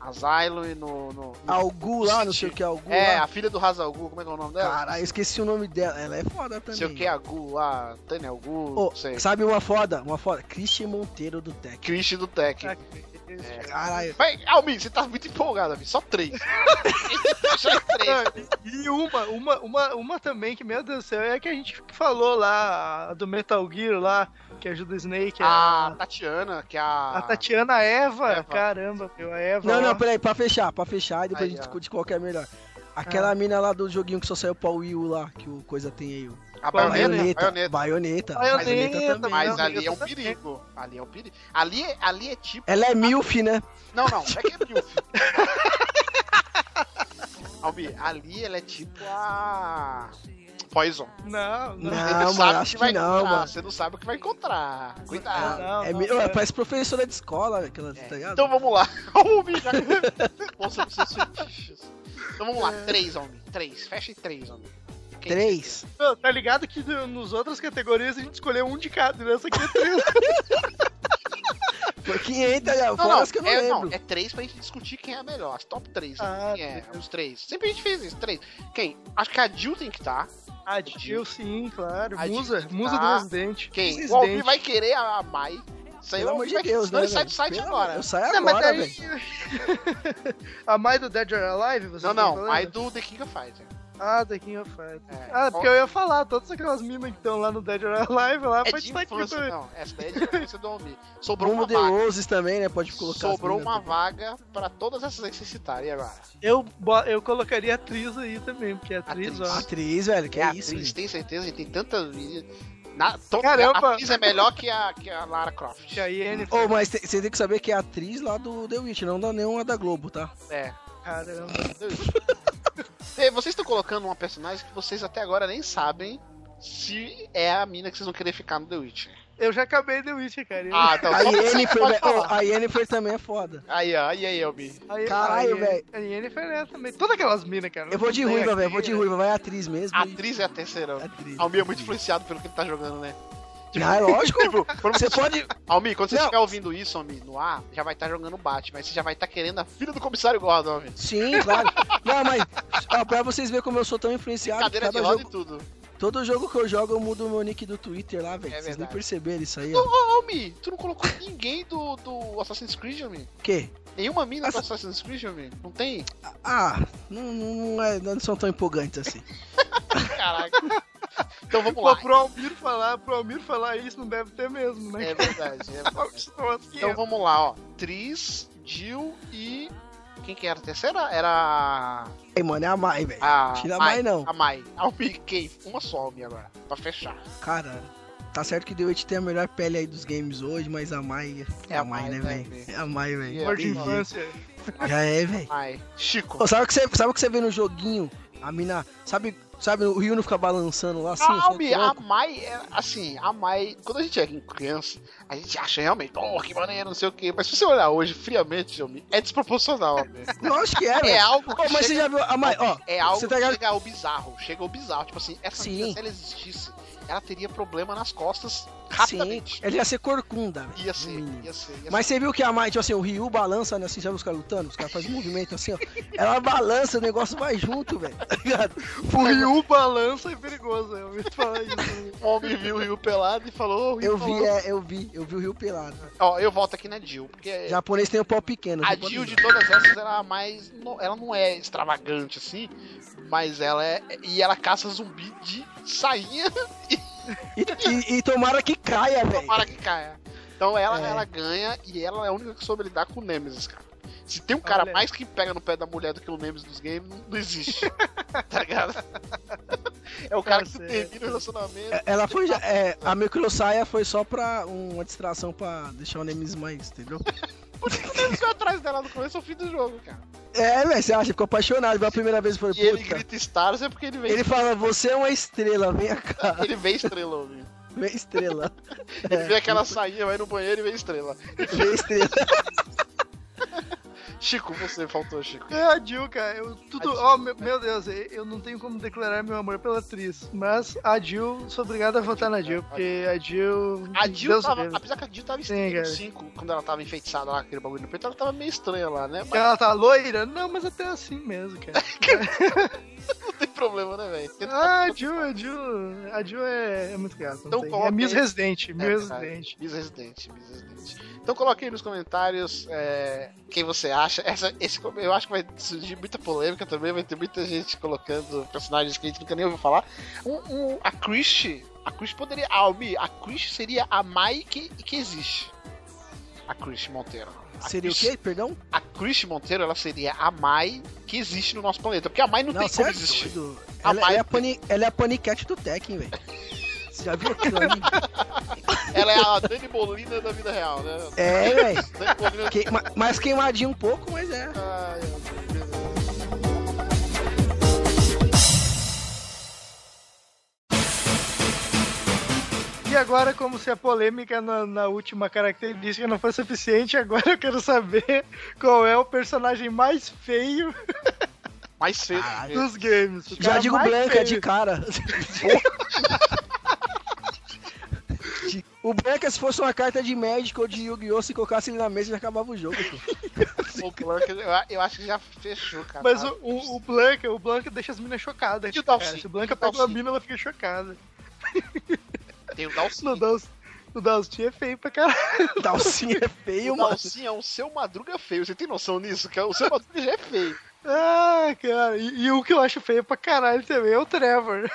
Asylum e no... no, no-
Algu lá, não sei o que é Algu
é,
lá.
a filha do Hazal Gu, como é que é o nome dela?
Cara, eu esqueci o nome dela. Ela é foda
Não
também.
sei o que, a Gu, a Tânia Gu,
Ô,
não sei.
sabe uma foda? Uma foda? Christian Monteiro do Tech.
Christian do Tech.
Aqui, eles chegaram.
Caralho.
Vai, Almin, você tá muito empolgado, Almin. Só três. Só três.
E uma, uma, uma, uma também que, meu Deus do céu, é a que a gente falou lá, a do Metal Gear lá, que é ajuda o Snake.
é
a-
A Tatiana, que é a.
A Tatiana Eva,
Eva.
caramba, meu, a Eva.
Não,
ó.
não, peraí, pra fechar, pra fechar, e depois
Aí,
a gente
ó. Ah.
discute qual que é melhor. Aquela mina lá do joguinho que só saiu pra Wii U lá, que o coisa tem aí. o-
A
Qual? é
baioneta. baioneta.
Baioneta.
Baioneta.
também.
Mas
Não,
ali é um
eu também.
perigo. Ali é um perigo. Ali, é- ali é tipo.
Ela é milf, né?
Não, não, é que é milf. Almi, ali ela é tipo a. Poison.
Não, não.
Não,
Você
mano,
sabe o
acho que não,
encontrar,
mano.
Você não sabe o que vai encontrar. Cuidado.
não,
É
não,
mi-
não.
Ué, parece professora de escola, aquela, tá ligado?
Então vamos lá. Almi, já. Nossa, não sei se- Então vamos lá. Três, Almi. Três. Fecha em três, Almi. Quem-
É. Três.
Não, tá ligado que no- nos outras categorias a gente escolheu um de cada, nessa aqui é três.
Foi 500, já,
Não,
fora
não,
as que eu não
é,
lembro.
não, é três pra gente discutir quem é a melhor. As top três.
Ah,
quem é, os três. Sempre a gente fez isso, três. Quem? Acho que a Jill tem que tá. estar.
Ah, de Jill, sim, claro.
Ah, de-
Musa, musa
tá.
do Resident.
Quem?
Resident.
O Alvin vai querer a Mai. Isso aí
Pelo
o
amor
Alvin
de
vai-
Deus,
senão
né?
ele sai do
velho?
site
Pelo-
é agora.
Eu saio
Não, mas
agora,
daí-
velho.
A Mai do Dead or Alive? Você
Não,
tá
não,
né,
falando?
Mai do The King of Fighters. né?
Ah, The King of Fighters.
É.
Ah, porque eu ia falar, todas aquelas minas que estão lá no Dead or Alive lá, tipo
É
pode
de
estar aqui
infância,
também.
não. Essa daí é de infância do Alvin. Sobrou
Bruno
uma
de
vaga.
Roses também, né? Pode colocar.
Sobrou
as
uma
minas.
vaga pra todas essas aí que vocês citaram. E agora?
Eu, bo- eu colocaria atriz aí também, porque atriz,
Atriz.
ó.
Atriz, velho, que
é
é
atriz,
isso. gente.
tem certeza? Tem tanta. Na, to...
Caramba!
A atriz é melhor que a, que a Lara Croft.
Que a Iene,
Ô, mas te- você tem que saber que é atriz lá do The Witch, não dá nenhuma da Globo, tá?
É.
Oh. caramba.
Ei, Vocês estão colocando uma personagem que vocês até agora nem sabem se é a mina que vocês vão querer ficar no The Witcher.
Eu já acabei The Witcher, cara. Eu-
Ah, então
A
só você
Yennefer,
pode
velho, ô,
falar.
a Yennefer também é foda.
Aí, ó, aí, aí, Elbi.
Aí-
Caralho,
aí-
velho.
A Yennefer é também. Todas aquelas minas, cara.
Eu vou de
Tem
ruiva,
aqui,
velho, eu vou de
né?
ruiva, vai atriz mesmo.
A
e-
atriz é a terceira.
Atriz.
Almi é muito influenciado pelo que ele tá jogando, né?
Ah, é lógico.
Tipo, quando
Você
você...
pode.
Almi, quando você
Não.
estiver ouvindo isso, Almi, no ar, já vai estar jogando Batman, mas você já vai estar querendo a filha do comissário Gordon, Almi.
Sim, claro. Não, mas. Ó, pra vocês verem como eu sou tão influenciado.
Cadeira de
cada
roda
jogo-
e tudo.
todo jogo que eu jogo eu mudo o meu nick do Twitter lá, velho.
É
vocês nem
verdade. Uhum.
perceberam isso aí,
Ô,
ó.
ô, Almi, tu não colocou ninguém do, do Assassin's Creed, Almi?
O quê?
Nenhuma mina do Assassin's Creed, Almi? Não tem?
Ah, não, não, não é- não são tão empolgantes assim.
Caraca. Então vamos
Pô,
lá.
pro Almir falar, pro Almir falar isso, não deve ter mesmo, né?
É verdade, é verdade. Então
Então,
vamos lá, ó. Tris, Jill e. Quem que era a terceira? Era
Ei, mano, é a Mai, velho.
a.
Tira a Mai, não.
A Mai. A Almi, quem? Uma só, Almi, agora. Pra fechar.
Cara, tá certo que The Witch tem a melhor pele aí dos games hoje, mas a Mai. É, a Mai, né, velho? É a Mai, velho.
É,
amor de
Tem jeito.
infância.
Já é, velho.
Mai. Chico.
Ô, sabe o que você, sabe o que você vê no joguinho? A mina, sabe, sabe o Rio não fica balançando lá assim?
Ah,
só
Almi, a
troco?
Mai, é, assim, a Mai, quando a gente é criança, a gente acha realmente, oh, que maneiro, não sei o quê. Mas se você olhar hoje, friamente, Almi, é desproporcional, Almi.
Lógico que é,
É
velho.
algo que
Ô, mas você
chega-
já viu a Mai, ó.
é algo
você
que
tá ligado?
chega ao bizarro. Chega ao bizarro. Tipo assim, essa
Sim.
menina, se ela existisse, ela teria problema nas costas
Sim,
rapidamente.
ela ia ser corcunda, velho.
Ia ser,
Menino.
ia ser, ia
Hum. Mas você viu que a Mai, tipo assim, o Ryu balança, né, assim, sabe os caras lutando? Os caras fazem um movimento assim, ó. Ela balança, o negócio vai junto, velho. Tá ligado?
O Ryu balança é perigoso, eu ouvi falar isso.
ser. O homem viu o Rio pelado e falou: "Ô, Rio
Eu vi,
falou".
é, eu vi, eu vi o Rio pelado.
Ó, eu volto aqui na Jill, porque
japonês tem o pau pequeno.
É.
né?
a
eu vou
Jill de
dizer.
todas essas ela é a mais. não- Ela não é extravagante assim, mas ela é. E ela caça zumbi de sainha
E, e- e tomara que caia, velho.
para que caia. Então ela,
É.
ela ganha e ela é a única que soube lidar com o Nemesis, cara. Se tem um cara
Olha.
mais que pega no pé da mulher do que o Nemesis dos games, não, não existe. tá ligado? É o cara
Tá
que
certo.
termina o relacionamento.
É, Ela foi já. é, a microsaia foi só pra um- uma distração pra deixar o Nemesis mais, entendeu?
Por isso que ele foi atrás dela no começo ao fim do jogo, cara.
É, velho, você acha? Ficou apaixonado. Pela primeira vez foi
E ele
puta.
grita Stars é porque ele vem.
Ele fala, você é uma estrela, vem cá,
Ele vê estrela, ouviu?
vem estrela.
Ele vê aquela sainha, vai no banheiro e vê estrela.
Vem estrela.
Chico, você faltou, Chico.
É a Jill, cara. Eu, tudo, ó, meu, meu Deus, eu- eu não tenho como declarar meu amor pela atriz. Mas a Jill, sou obrigado a votar na Jill, porque a Jill.
A Jill
Deus
tava.
me livre.
Apesar que a Jill tava
Sim,
estranha no
cara.
5, quando ela tava enfeitiçada lá, aquele bagulho no peito, ela tava meio estranha lá, né? Mas
Ela tá loira? Não, mas até assim mesmo, cara.
não tem problema, né, velho? Tenta-
Ah, a Jill, a Jill, a Jill é, é muito gata. não
Então
tem.
coloca
é Miss
aí.
Resident,
É,
Miss
cara,
Resident.
Miss Residente, Miss Residente. Então coloque aí nos comentários é, quem você acha. Essa, esse, eu acho que vai surgir muita polêmica também, vai ter muita gente colocando personagens que a gente nunca nem ouviu falar. Um, um, a Christie. A Christie poderia. A Almi, a Christie seria a Mike que, que existe. A Christie Monteiro. A
Seria o
Christie-
quê? Perdão?
A Christie Monteiro, ela seria a Mai que existe no nosso planeta. Porque a Mai não, tem
você
como Ah,
é
existir.
doido.
A
Ela, ela é a
Mike-
pani, ela é a paniquete do Tekken, velho. Você já viu aquilo ali?
Ela é a Dani Molina da vida real, né?
É, velho.
Dani Molina.
Que, ma- mais queimadinho um pouco, mas é.
Ai, meu Deus.
E agora, como se a polêmica na, na última característica não foi suficiente, agora eu quero saber qual é o personagem mais feio
Mais cedo.
dos games. O
Já
cara
digo
mais
Blanca
feio.
de cara. De- O Blanca, se fosse uma carta de Magic ou de Yu-Gi-Oh! se colocasse ele na mesa, já acabava o jogo. pô.
O Blanca, eu- eu acho que já fechou, cara. Ah,
Mas o, o, o Blanca, o Blanca deixa as minas chocadas.
E o Dalcy?
cara. Se o Blanca
E o Dalcy?
pega uma mina, ela fica chocada.
Tem o Dalcinho.
No Dalcy, o Dalcy é feio pra caralho.
Dalcinha é feio,
O
mano.
Dalcinho é o seu Madruga feio. Você tem noção nisso? Que o seu Madruga já é feio.
Ah, cara. E, e o que eu acho feio pra caralho também é o Trevor.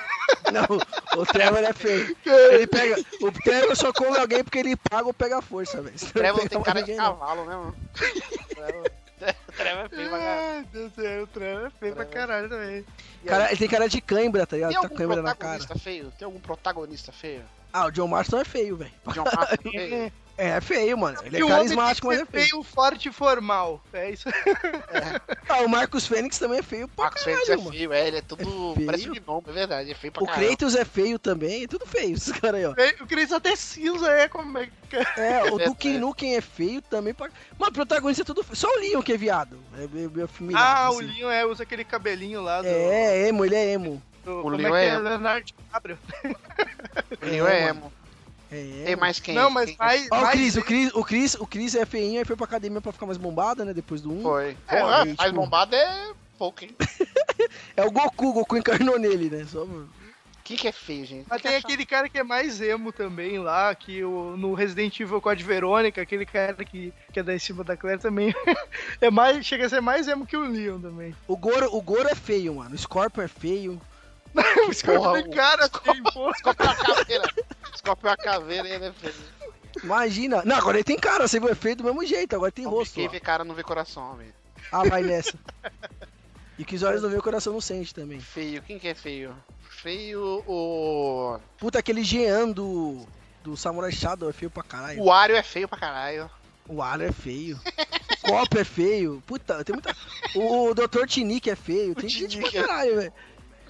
Não, o Trevor é feio. Ele pega. O Trevor só come alguém porque ele paga ou pega a força, velho. Se
O Trevor
pegar
tem
mais
cara de
ninguém, não.
cavalo, né, mano? O Trevor- O Trevor é feio pra caralho.
Ai, Deus do céu, o Trevor é feio pra caralho também.
Cara, ele tem cara de cãibra, tá ligado?
Tem
Tá
algum
com cãibra na cara.
protagonista feio? Tem algum protagonista feio?
Ah, o John Marston é feio, velho.
John Marston feio?
É feio, mano. Ele
E
é
o homem tem
carismático,
que
mas
ser
é feio.
feio, forte e formal. É isso
Ah, o Marcos Fênix também é feio pra
Marcos
caralho,
Fênix é
mano.
feio, é, ele é tudo.
É feio.
Parece um gnomo, é verdade, é feio pra
O
caralho.
Kratos é feio também, é tudo feio, esses caras aí, ó.
Fe- O Chris até cinza é como é que.
É, o do
verdade.
Ken Nuken é feio também. Pra... Mano, protagonista é tudo feio. Só o Leon que é viado. É meio, meio afeminado,
Ah, o
assim.
Linho é, usa aquele cabelinho lá do.
É, emo, ele é emo.
do-
o
como
Leon
é que
é-
é? Leonardo DiCaprio.
Ele é emo.
É emo.
Tem mais quem?
Não, mas
Quem
mais.
Ó, o
mais-
Cris, o Cris, o Cris, o Cris é feinho, aí foi pra academia pra ficar mais bombado, né? Depois do 1.
Foi.
É,
Porra,
gente,
mais
tipo-
bombado é pouco, hein?
É o Goku, o Goku encarnou nele, né? Só...
Quem que é feio, gente?
Mas
Quem
tem
que é
aquele cara que é mais emo também lá, que o, no Resident Evil Code Verônica, aquele cara que, que é da em cima da Claire também. é mais, chega a ser mais emo que o Leon também.
O Goro, o Goro é feio, mano. O Scorpion é feio.
o Scorpion tem
o-
cara assim, porra.
Escorpião a é caveira. Escorpião a caveira, ele é feio.
Imagina. Não, agora ele tem cara, você viu? É feio do mesmo jeito, agora tem rosto.
Quem
ó.
vê cara não vê coração, homem.
Ah, vai nessa. E que os olhos não veem, o coração não sente também.
Feio, quem que é feio? Feio o.
Puta, aquele Jean do, do Samurai Shadow é feio pra caralho.
O Ario é feio pra caralho.
O Aro é feio. O Copo é feio. Puta, tem muita. O Dr. Tinique é feio. Tem gente pra
Tinique é-
caralho, velho.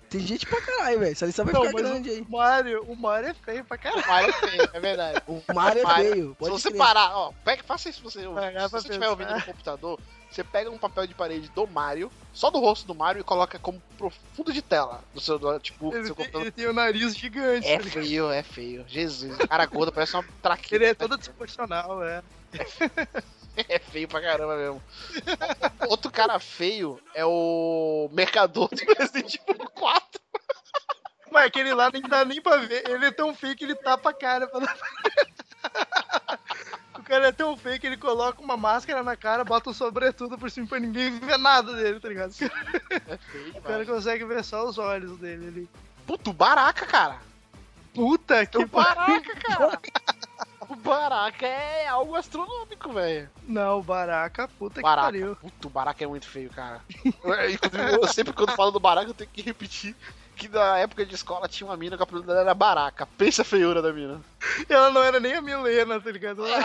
Tem gente pra caralho, velho. Essa lista vai
Não,
ficar
mas
grande aí.
o Mario, o Mario é feio pra caralho.
O Ario é feio, é verdade.
O Mario é
Mario.
feio.
Se
Pode
você
crer.
parar, ó, pega, faça isso você. Se
Parar pra
você estiver
pensar.
ouvindo no computador, você pega um papel de parede do Mario, só do rosto do Mario, e coloca como profundo de tela do seu do- tipo, do
Ele
seu
tem,
computador.
ele tem o nariz gigante.
É
tá ligado?
feio, é feio. Jesus, cara gorda, parece uma traqueira.
Ele é todo desproporcional, é.
É feio pra caramba mesmo. Outro cara feio é o Mercador do Resident Evil 4.
Mas aquele lá nem dá nem pra ver. Ele é tão feio que ele tapa a cara. Pra... não- o cara é tão feio que ele coloca uma máscara na cara, bota um sobretudo por cima pra ninguém ver nada dele, tá ligado? O
É feio,
cara
demais.
consegue ver só os olhos dele ali.
Puta, o Baraca, cara.
Puta que
É O
pariu.
Baraca, cara. O Baraca é algo astronômico, velho.
Não, baraca, puta
Baraca.
que pariu.
Puta, o Baraka é muito feio, cara. Eu, inclusive, eu sempre quando falo do Baraka, eu tenho que repetir que na época de escola tinha uma mina que o apelido dela era Baraka. Pensa a feiura da mina.
Ela não era nem a Milena, tá ligado? Ela...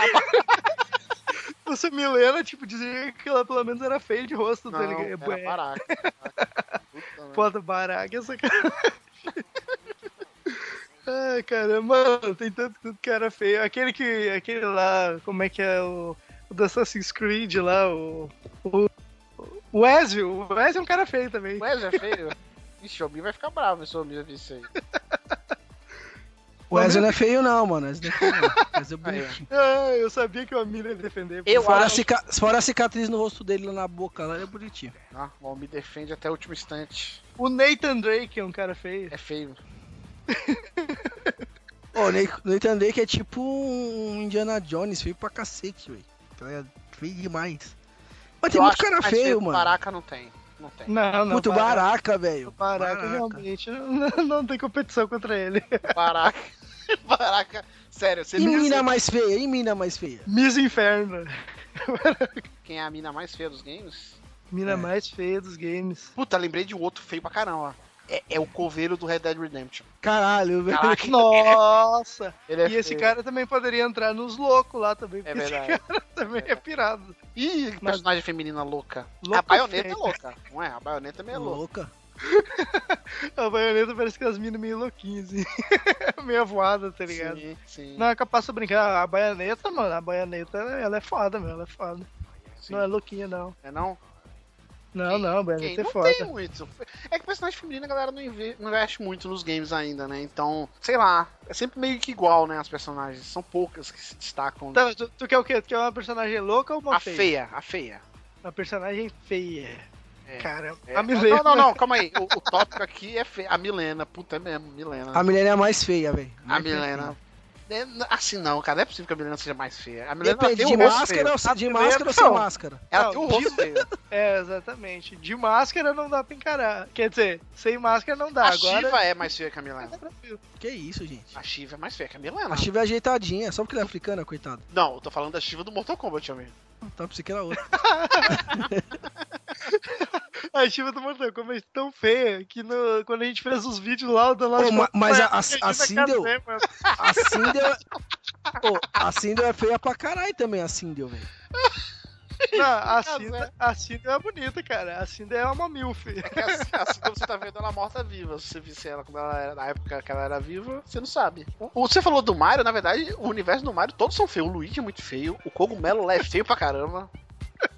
Se fosse a Milena, tipo, dizia que ela pelo menos era feia de rosto, tá ligado?
era
É,
Baraka. Puta, né?
Foda baraca essa cara. Ai, cara, mano, tem tanto, tanto cara feio. Aquele que. Aquele lá, como é que é o. O do Assassin's Creed lá, o. O, o Ezio. O Ezio é um cara feio também.
Mas é feio. Ixi, o Omi vai ficar bravo se o Omi ver isso aí.
O Ezio não é feio, não, mano. O Ezio não é feio, não. O Ezio é
Aí, ó.
bonitinho.
Ah, eu sabia que o Amir ia defender.
Eu
Fora a,
acho.
cica- fora a cicatriz no rosto dele lá na boca, lá ele é bonitinho.
Ah, o Omi defende até o último instante.
é O Nathan Drake é um cara feio.
É feio.
Ô, nem, não entendi que é tipo um Indiana Jones, feio pra cacete, velho. Então é feio demais. Mas tem
Eu
muito
acho
cara
que mais
feio,
feio que
mano.
Baraca não tem. Não tem.
Não, não.
muito
Baraka-
baraca, velho.
Baraka realmente não, não tem competição contra ele.
Baraca. Baraca. Sério, você
E
me
mina
diz
mais feia, e mina mais feia.
Miss Inferno.
quem é a mina mais feia dos games?
Mina mais feia dos games.
Puta, lembrei de outro feio pra caramba. É, é o coveiro do Red Dead Redemption.
Caralho, velho.
Caraca,
Nossa!
ele é
e esse
feio.
cara também poderia entrar nos loucos lá também,
É
porque esse
verdade.
cara também é pirado.
Ih, que personagem feminina louca.
Louca
a baioneta
feia.
é louca, não é? A baioneta também é louca.
Louca.
A baioneta parece que as minas meio louquinhas, assim. meio voada, tá ligado?
Sim, sim.
Não é capaz de brincar. A baianeta, mano, a baianeta, ela é foda, meu, ela é foda.
Sim.
Não é louquinha, não.
É não?
Não, não,
Quem
a baianeta é
não
foda.
tem muito. É que personagem feminino a galera não inve- não investe muito nos games ainda, né? Então, sei lá, é sempre meio que igual, né? As personagens. São poucas que se destacam.
Tá, mas tu, tu quer o quê? Tu quer uma personagem louca ou uma
um. a
feia?
feia, a feia.
Uma personagem feia.
É.
Caramba,
É.
a Milena.
não, não, não, calma aí. O, o tópico aqui é feia. A Milena, puta é mesmo, Milena.
A Milena é a mais feia, velho.
A Milena. É, n- Assim não, cara. Não é possível que a Milena seja mais feia. A Milena ela
Depende
tem
de
o rosto
máscara,
feio.
ou- de
Milena,
máscara ou sem
não.
máscara.
Ela
Não,
tem o rosto feio.
É, exatamente. De máscara não dá pra encarar. Quer dizer, sem máscara não dá.
A
Agora.
Shiva é mais feia que a Milena.
é tranquilo.
Que isso, gente.
A Shiva é mais feia que a Milena.
A Chiva é ajeitadinha, só porque ela é africana, coitado.
Não, eu tô falando da Shiva do Mortal Kombat, amigo.
Tá pensei que era outra.
A Shiva do Mortal Kombat é tão feia que no- quando a gente fez os vídeos lá, o da nossa.
Ô, ma- mas a- a-
Imagina
assim
cara
deu.
dela, mano.
A Sindel é... Ô, a Sindel é feia pra caralho também, a Sindel, velho.
Não, a
Tá
Cinda,
certo.
a Cinda é bonita, cara. A Cinda é uma milf.
Porque assim, assim como você tá vendo ela morta viva. Se você visse ela quando ela era, na época que ela era viva, você não sabe. O, o- você falou do Mario, na verdade, o universo do Mario todos são feios. O Luigi é muito feio, o cogumelo lá é feio pra caramba.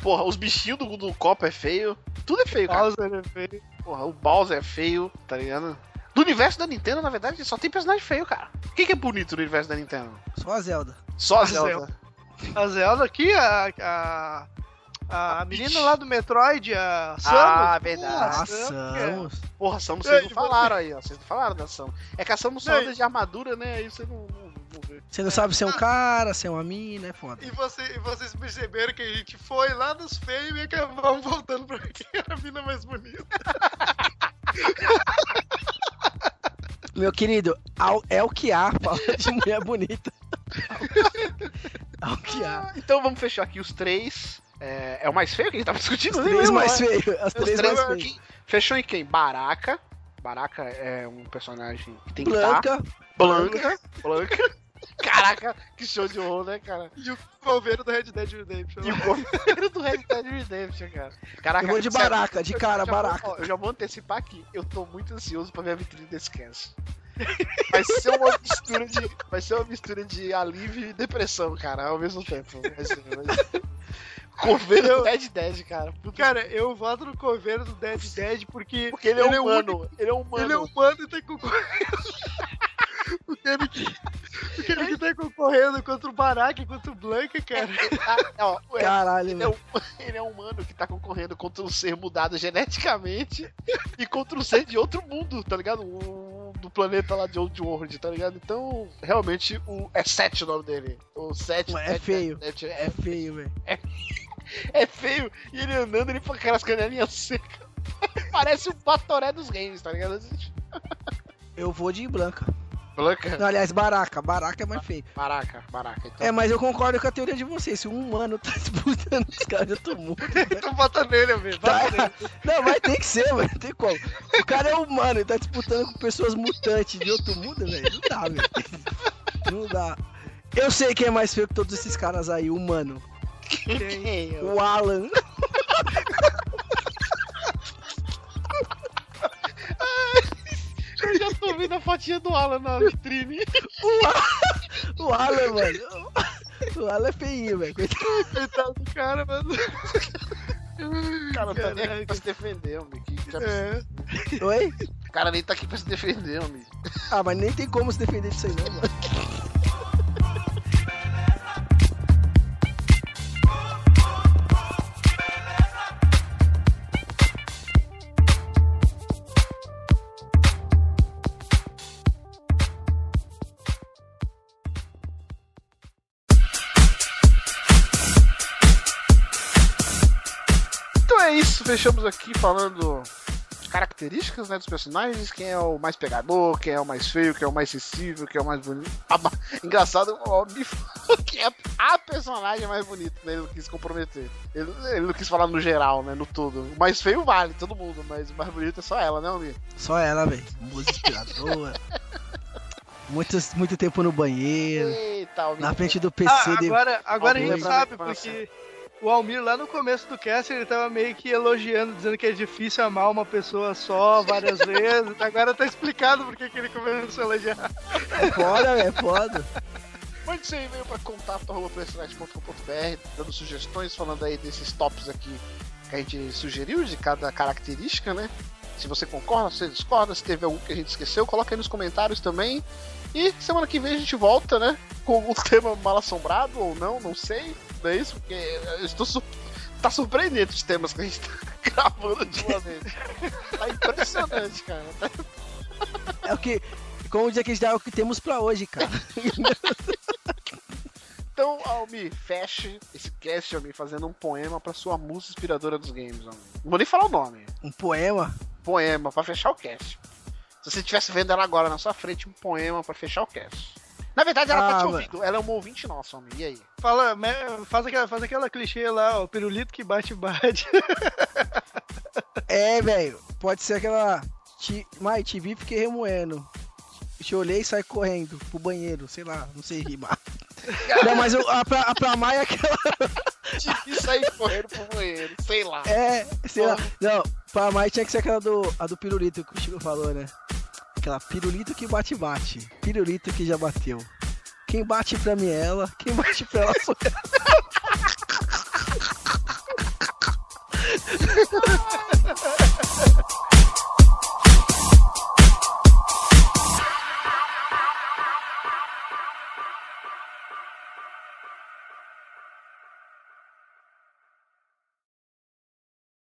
Porra, os bichinhos do, do copo é feio. Tudo é feio, cara.
Bowser é feio.
Porra, o Bowser é feio, tá ligado? Do universo da Nintendo, na verdade, só tem personagem feio, cara. Quem que é bonito no universo da Nintendo?
Só a Zelda.
Só a
A
Zelda.
é um-
Zelda. A Zelda é, aqui, a. a... A, menina lá do Metroid, a Samus.
Ah, verdade.
Pô, a
Ah,
cara.
Samus.
Porra, Samus,
É,
Ei,
vocês não
tipo
você-
assim-
falaram aí, ó. Vocês não falaram da Samus. É que a Samus só
Ei.
anda de armadura, né? Aí você não, não, não vê.
Você não sabe se é um cara, se é uma mina, é foda.
E, você- e vocês perceberam que a gente foi lá nos feios e acabamos voltando pra quem era a mina mais bonita.
Meu querido, ao- é o que há. Fala de mulher bonita. É o que há.
Ah, Então vamos fechar aqui os três. É, é o mais feio que a gente tava discutindo?
Os
né?
três
Não,
mais
é.
feios. As
Os
três
três
mais feias.
aqui. Fechou em quem? Baraka. Baraka é um personagem que tem que estar.
Blanca.
Blanca. Blanca. Caraca, que show de horror, né, cara?
E o coveiro do Red Dead Redemption.
E o governo do Red Dead Redemption, cara. Caraca, é
Eu vou de
sério,
baraca, de cara,
eu já vou-
baraca.
ó, eu já vou antecipar aqui. Eu tô muito ansioso pra ver a vitrine desse cast. Vai ser uma mistura de. Vai ser uma mistura de alívio e depressão, cara, ao mesmo tempo. Vai ser, vai ser. Coveiro do Red Dead, cara. Puta
Cara, eu voto no coveiro do Dead Dead porque
Porque ele é
Ele é
humano. ele é humano.
ele é humano e tá concorrendo. porque ele que, porque ele que tá concorrendo contra o Baraka e contra o Blanca, cara.
Ah, ó, é,
Caralho,
ele, é
velho.
um, ele é um humano que tá concorrendo contra um ser mudado geneticamente e contra um ser de outro mundo, tá ligado? Um- do planeta lá de Old World, tá ligado? Então, realmente, o, é Sete o nome dele. O Sete.
Ué, é
Sete,
feio.
Sete,
É
é,
feio, velho.
é feio. E ele andando, ele com aquelas canelinhas secas. Parece o Batoré dos games, tá ligado?
Eu vou de Blanca.
Blanca.
Não, aliás, baraca. Baraca é mais feio.
Tá. Baraca, baraca. Então.
É, mas eu concordo com a teoria de vocês. Se um humano tá disputando os caras, eu tô morto.
Então vota nele, amigo.
Tá errado. Não, mas tem que ser, mano. Não tem como. O cara é humano, ele tá disputando com pessoas mutantes de outro mundo, velho. Não dá, velho. Não dá. Eu sei quem é mais feio que todos esses caras aí, humano. O Alan.
Eu já tô vendo a fotinha do Alan na vitrine.
O Alan, mano. O Alan é feinho, velho. Coitado.
Coitado tá do cara, mano.
Cara, não tá nem aqui
Caraca.
pra se defender, homem. Que- que absurdo.
É.
Oi?
O cara nem tá aqui pra se defender, homem.
Ah, mas nem tem como se defender disso aí, não, mano.
é isso, fechamos aqui falando características né, dos personagens, quem é o mais pegador, quem é o mais feio, quem é o mais sensível, quem é o mais bonito. A ma- Engraçado, ó, me falou que é a personagem mais bonita, né? Ele não quis comprometer. Ele, ele não quis falar no geral, né? No todo. O mais feio vale, todo mundo, mas o mais bonito é só ela, né, Almir?
Só ela, velho. Música inspiradora. muito, muito tempo no banheiro.
Eita, Almir.
Na frente do
Ah,
PC. de-
agora agora a
Alguém
gente
lembra da
sabe,
infância?
porque o Almir lá no começo do cast ele tava meio que elogiando, dizendo que é difícil amar uma pessoa só várias vezes. Agora tá explicado porque que ele começou a elogiar.
Foda, velho. Foda.
Mande seu e-mail para contato.com.br, dando sugestões, falando aí desses tops aqui que a gente sugeriu, de cada característica, né? Se você concorda, se você discorda, se teve algum que a gente esqueceu, coloca aí nos comentários também. E semana que vem a gente volta, né? Com o tema mal assombrado ou não, não sei. Não é isso? Porque eu estou sur... tá surpreendente os temas que a gente tá gravando ultimamente. tá impressionante, cara. Tá
É o que. Como dizer que a gente dá é o que temos pra hoje, cara.
Então, Almi, feche esse cast, Almi, fazendo um poema pra sua música inspiradora dos games, Almi. Não vou nem falar o nome.
Um poema.
Poema, pra fechar o cast. Se você estivesse vendo ela agora na sua frente, um poema pra fechar o cast. Na verdade, ela tá
Ah,
te
mano.
ouvindo. Ela é uma ouvinte nossa, Almi. E aí?
Fala, me- faz aquela, faz aquela clichê lá, ó, o pirulito que bate, bate.
É, velho. Pode ser aquela. Ti... Mai, te vi porque remoendo. Te olhei e sai correndo pro banheiro. Sei lá, não sei rimar. Não, mas eu, a, pra, a pra Mai é aquela.
E sair correndo pro banheiro, sei lá.
É, sei lá. Não, pra mais tinha que ser aquela do, a do pirulito que o Chico falou, né? Aquela pirulito que bate, bate. Pirulito que já bateu. Quem bate pra mim é ela, quem bate pra ela sou eu.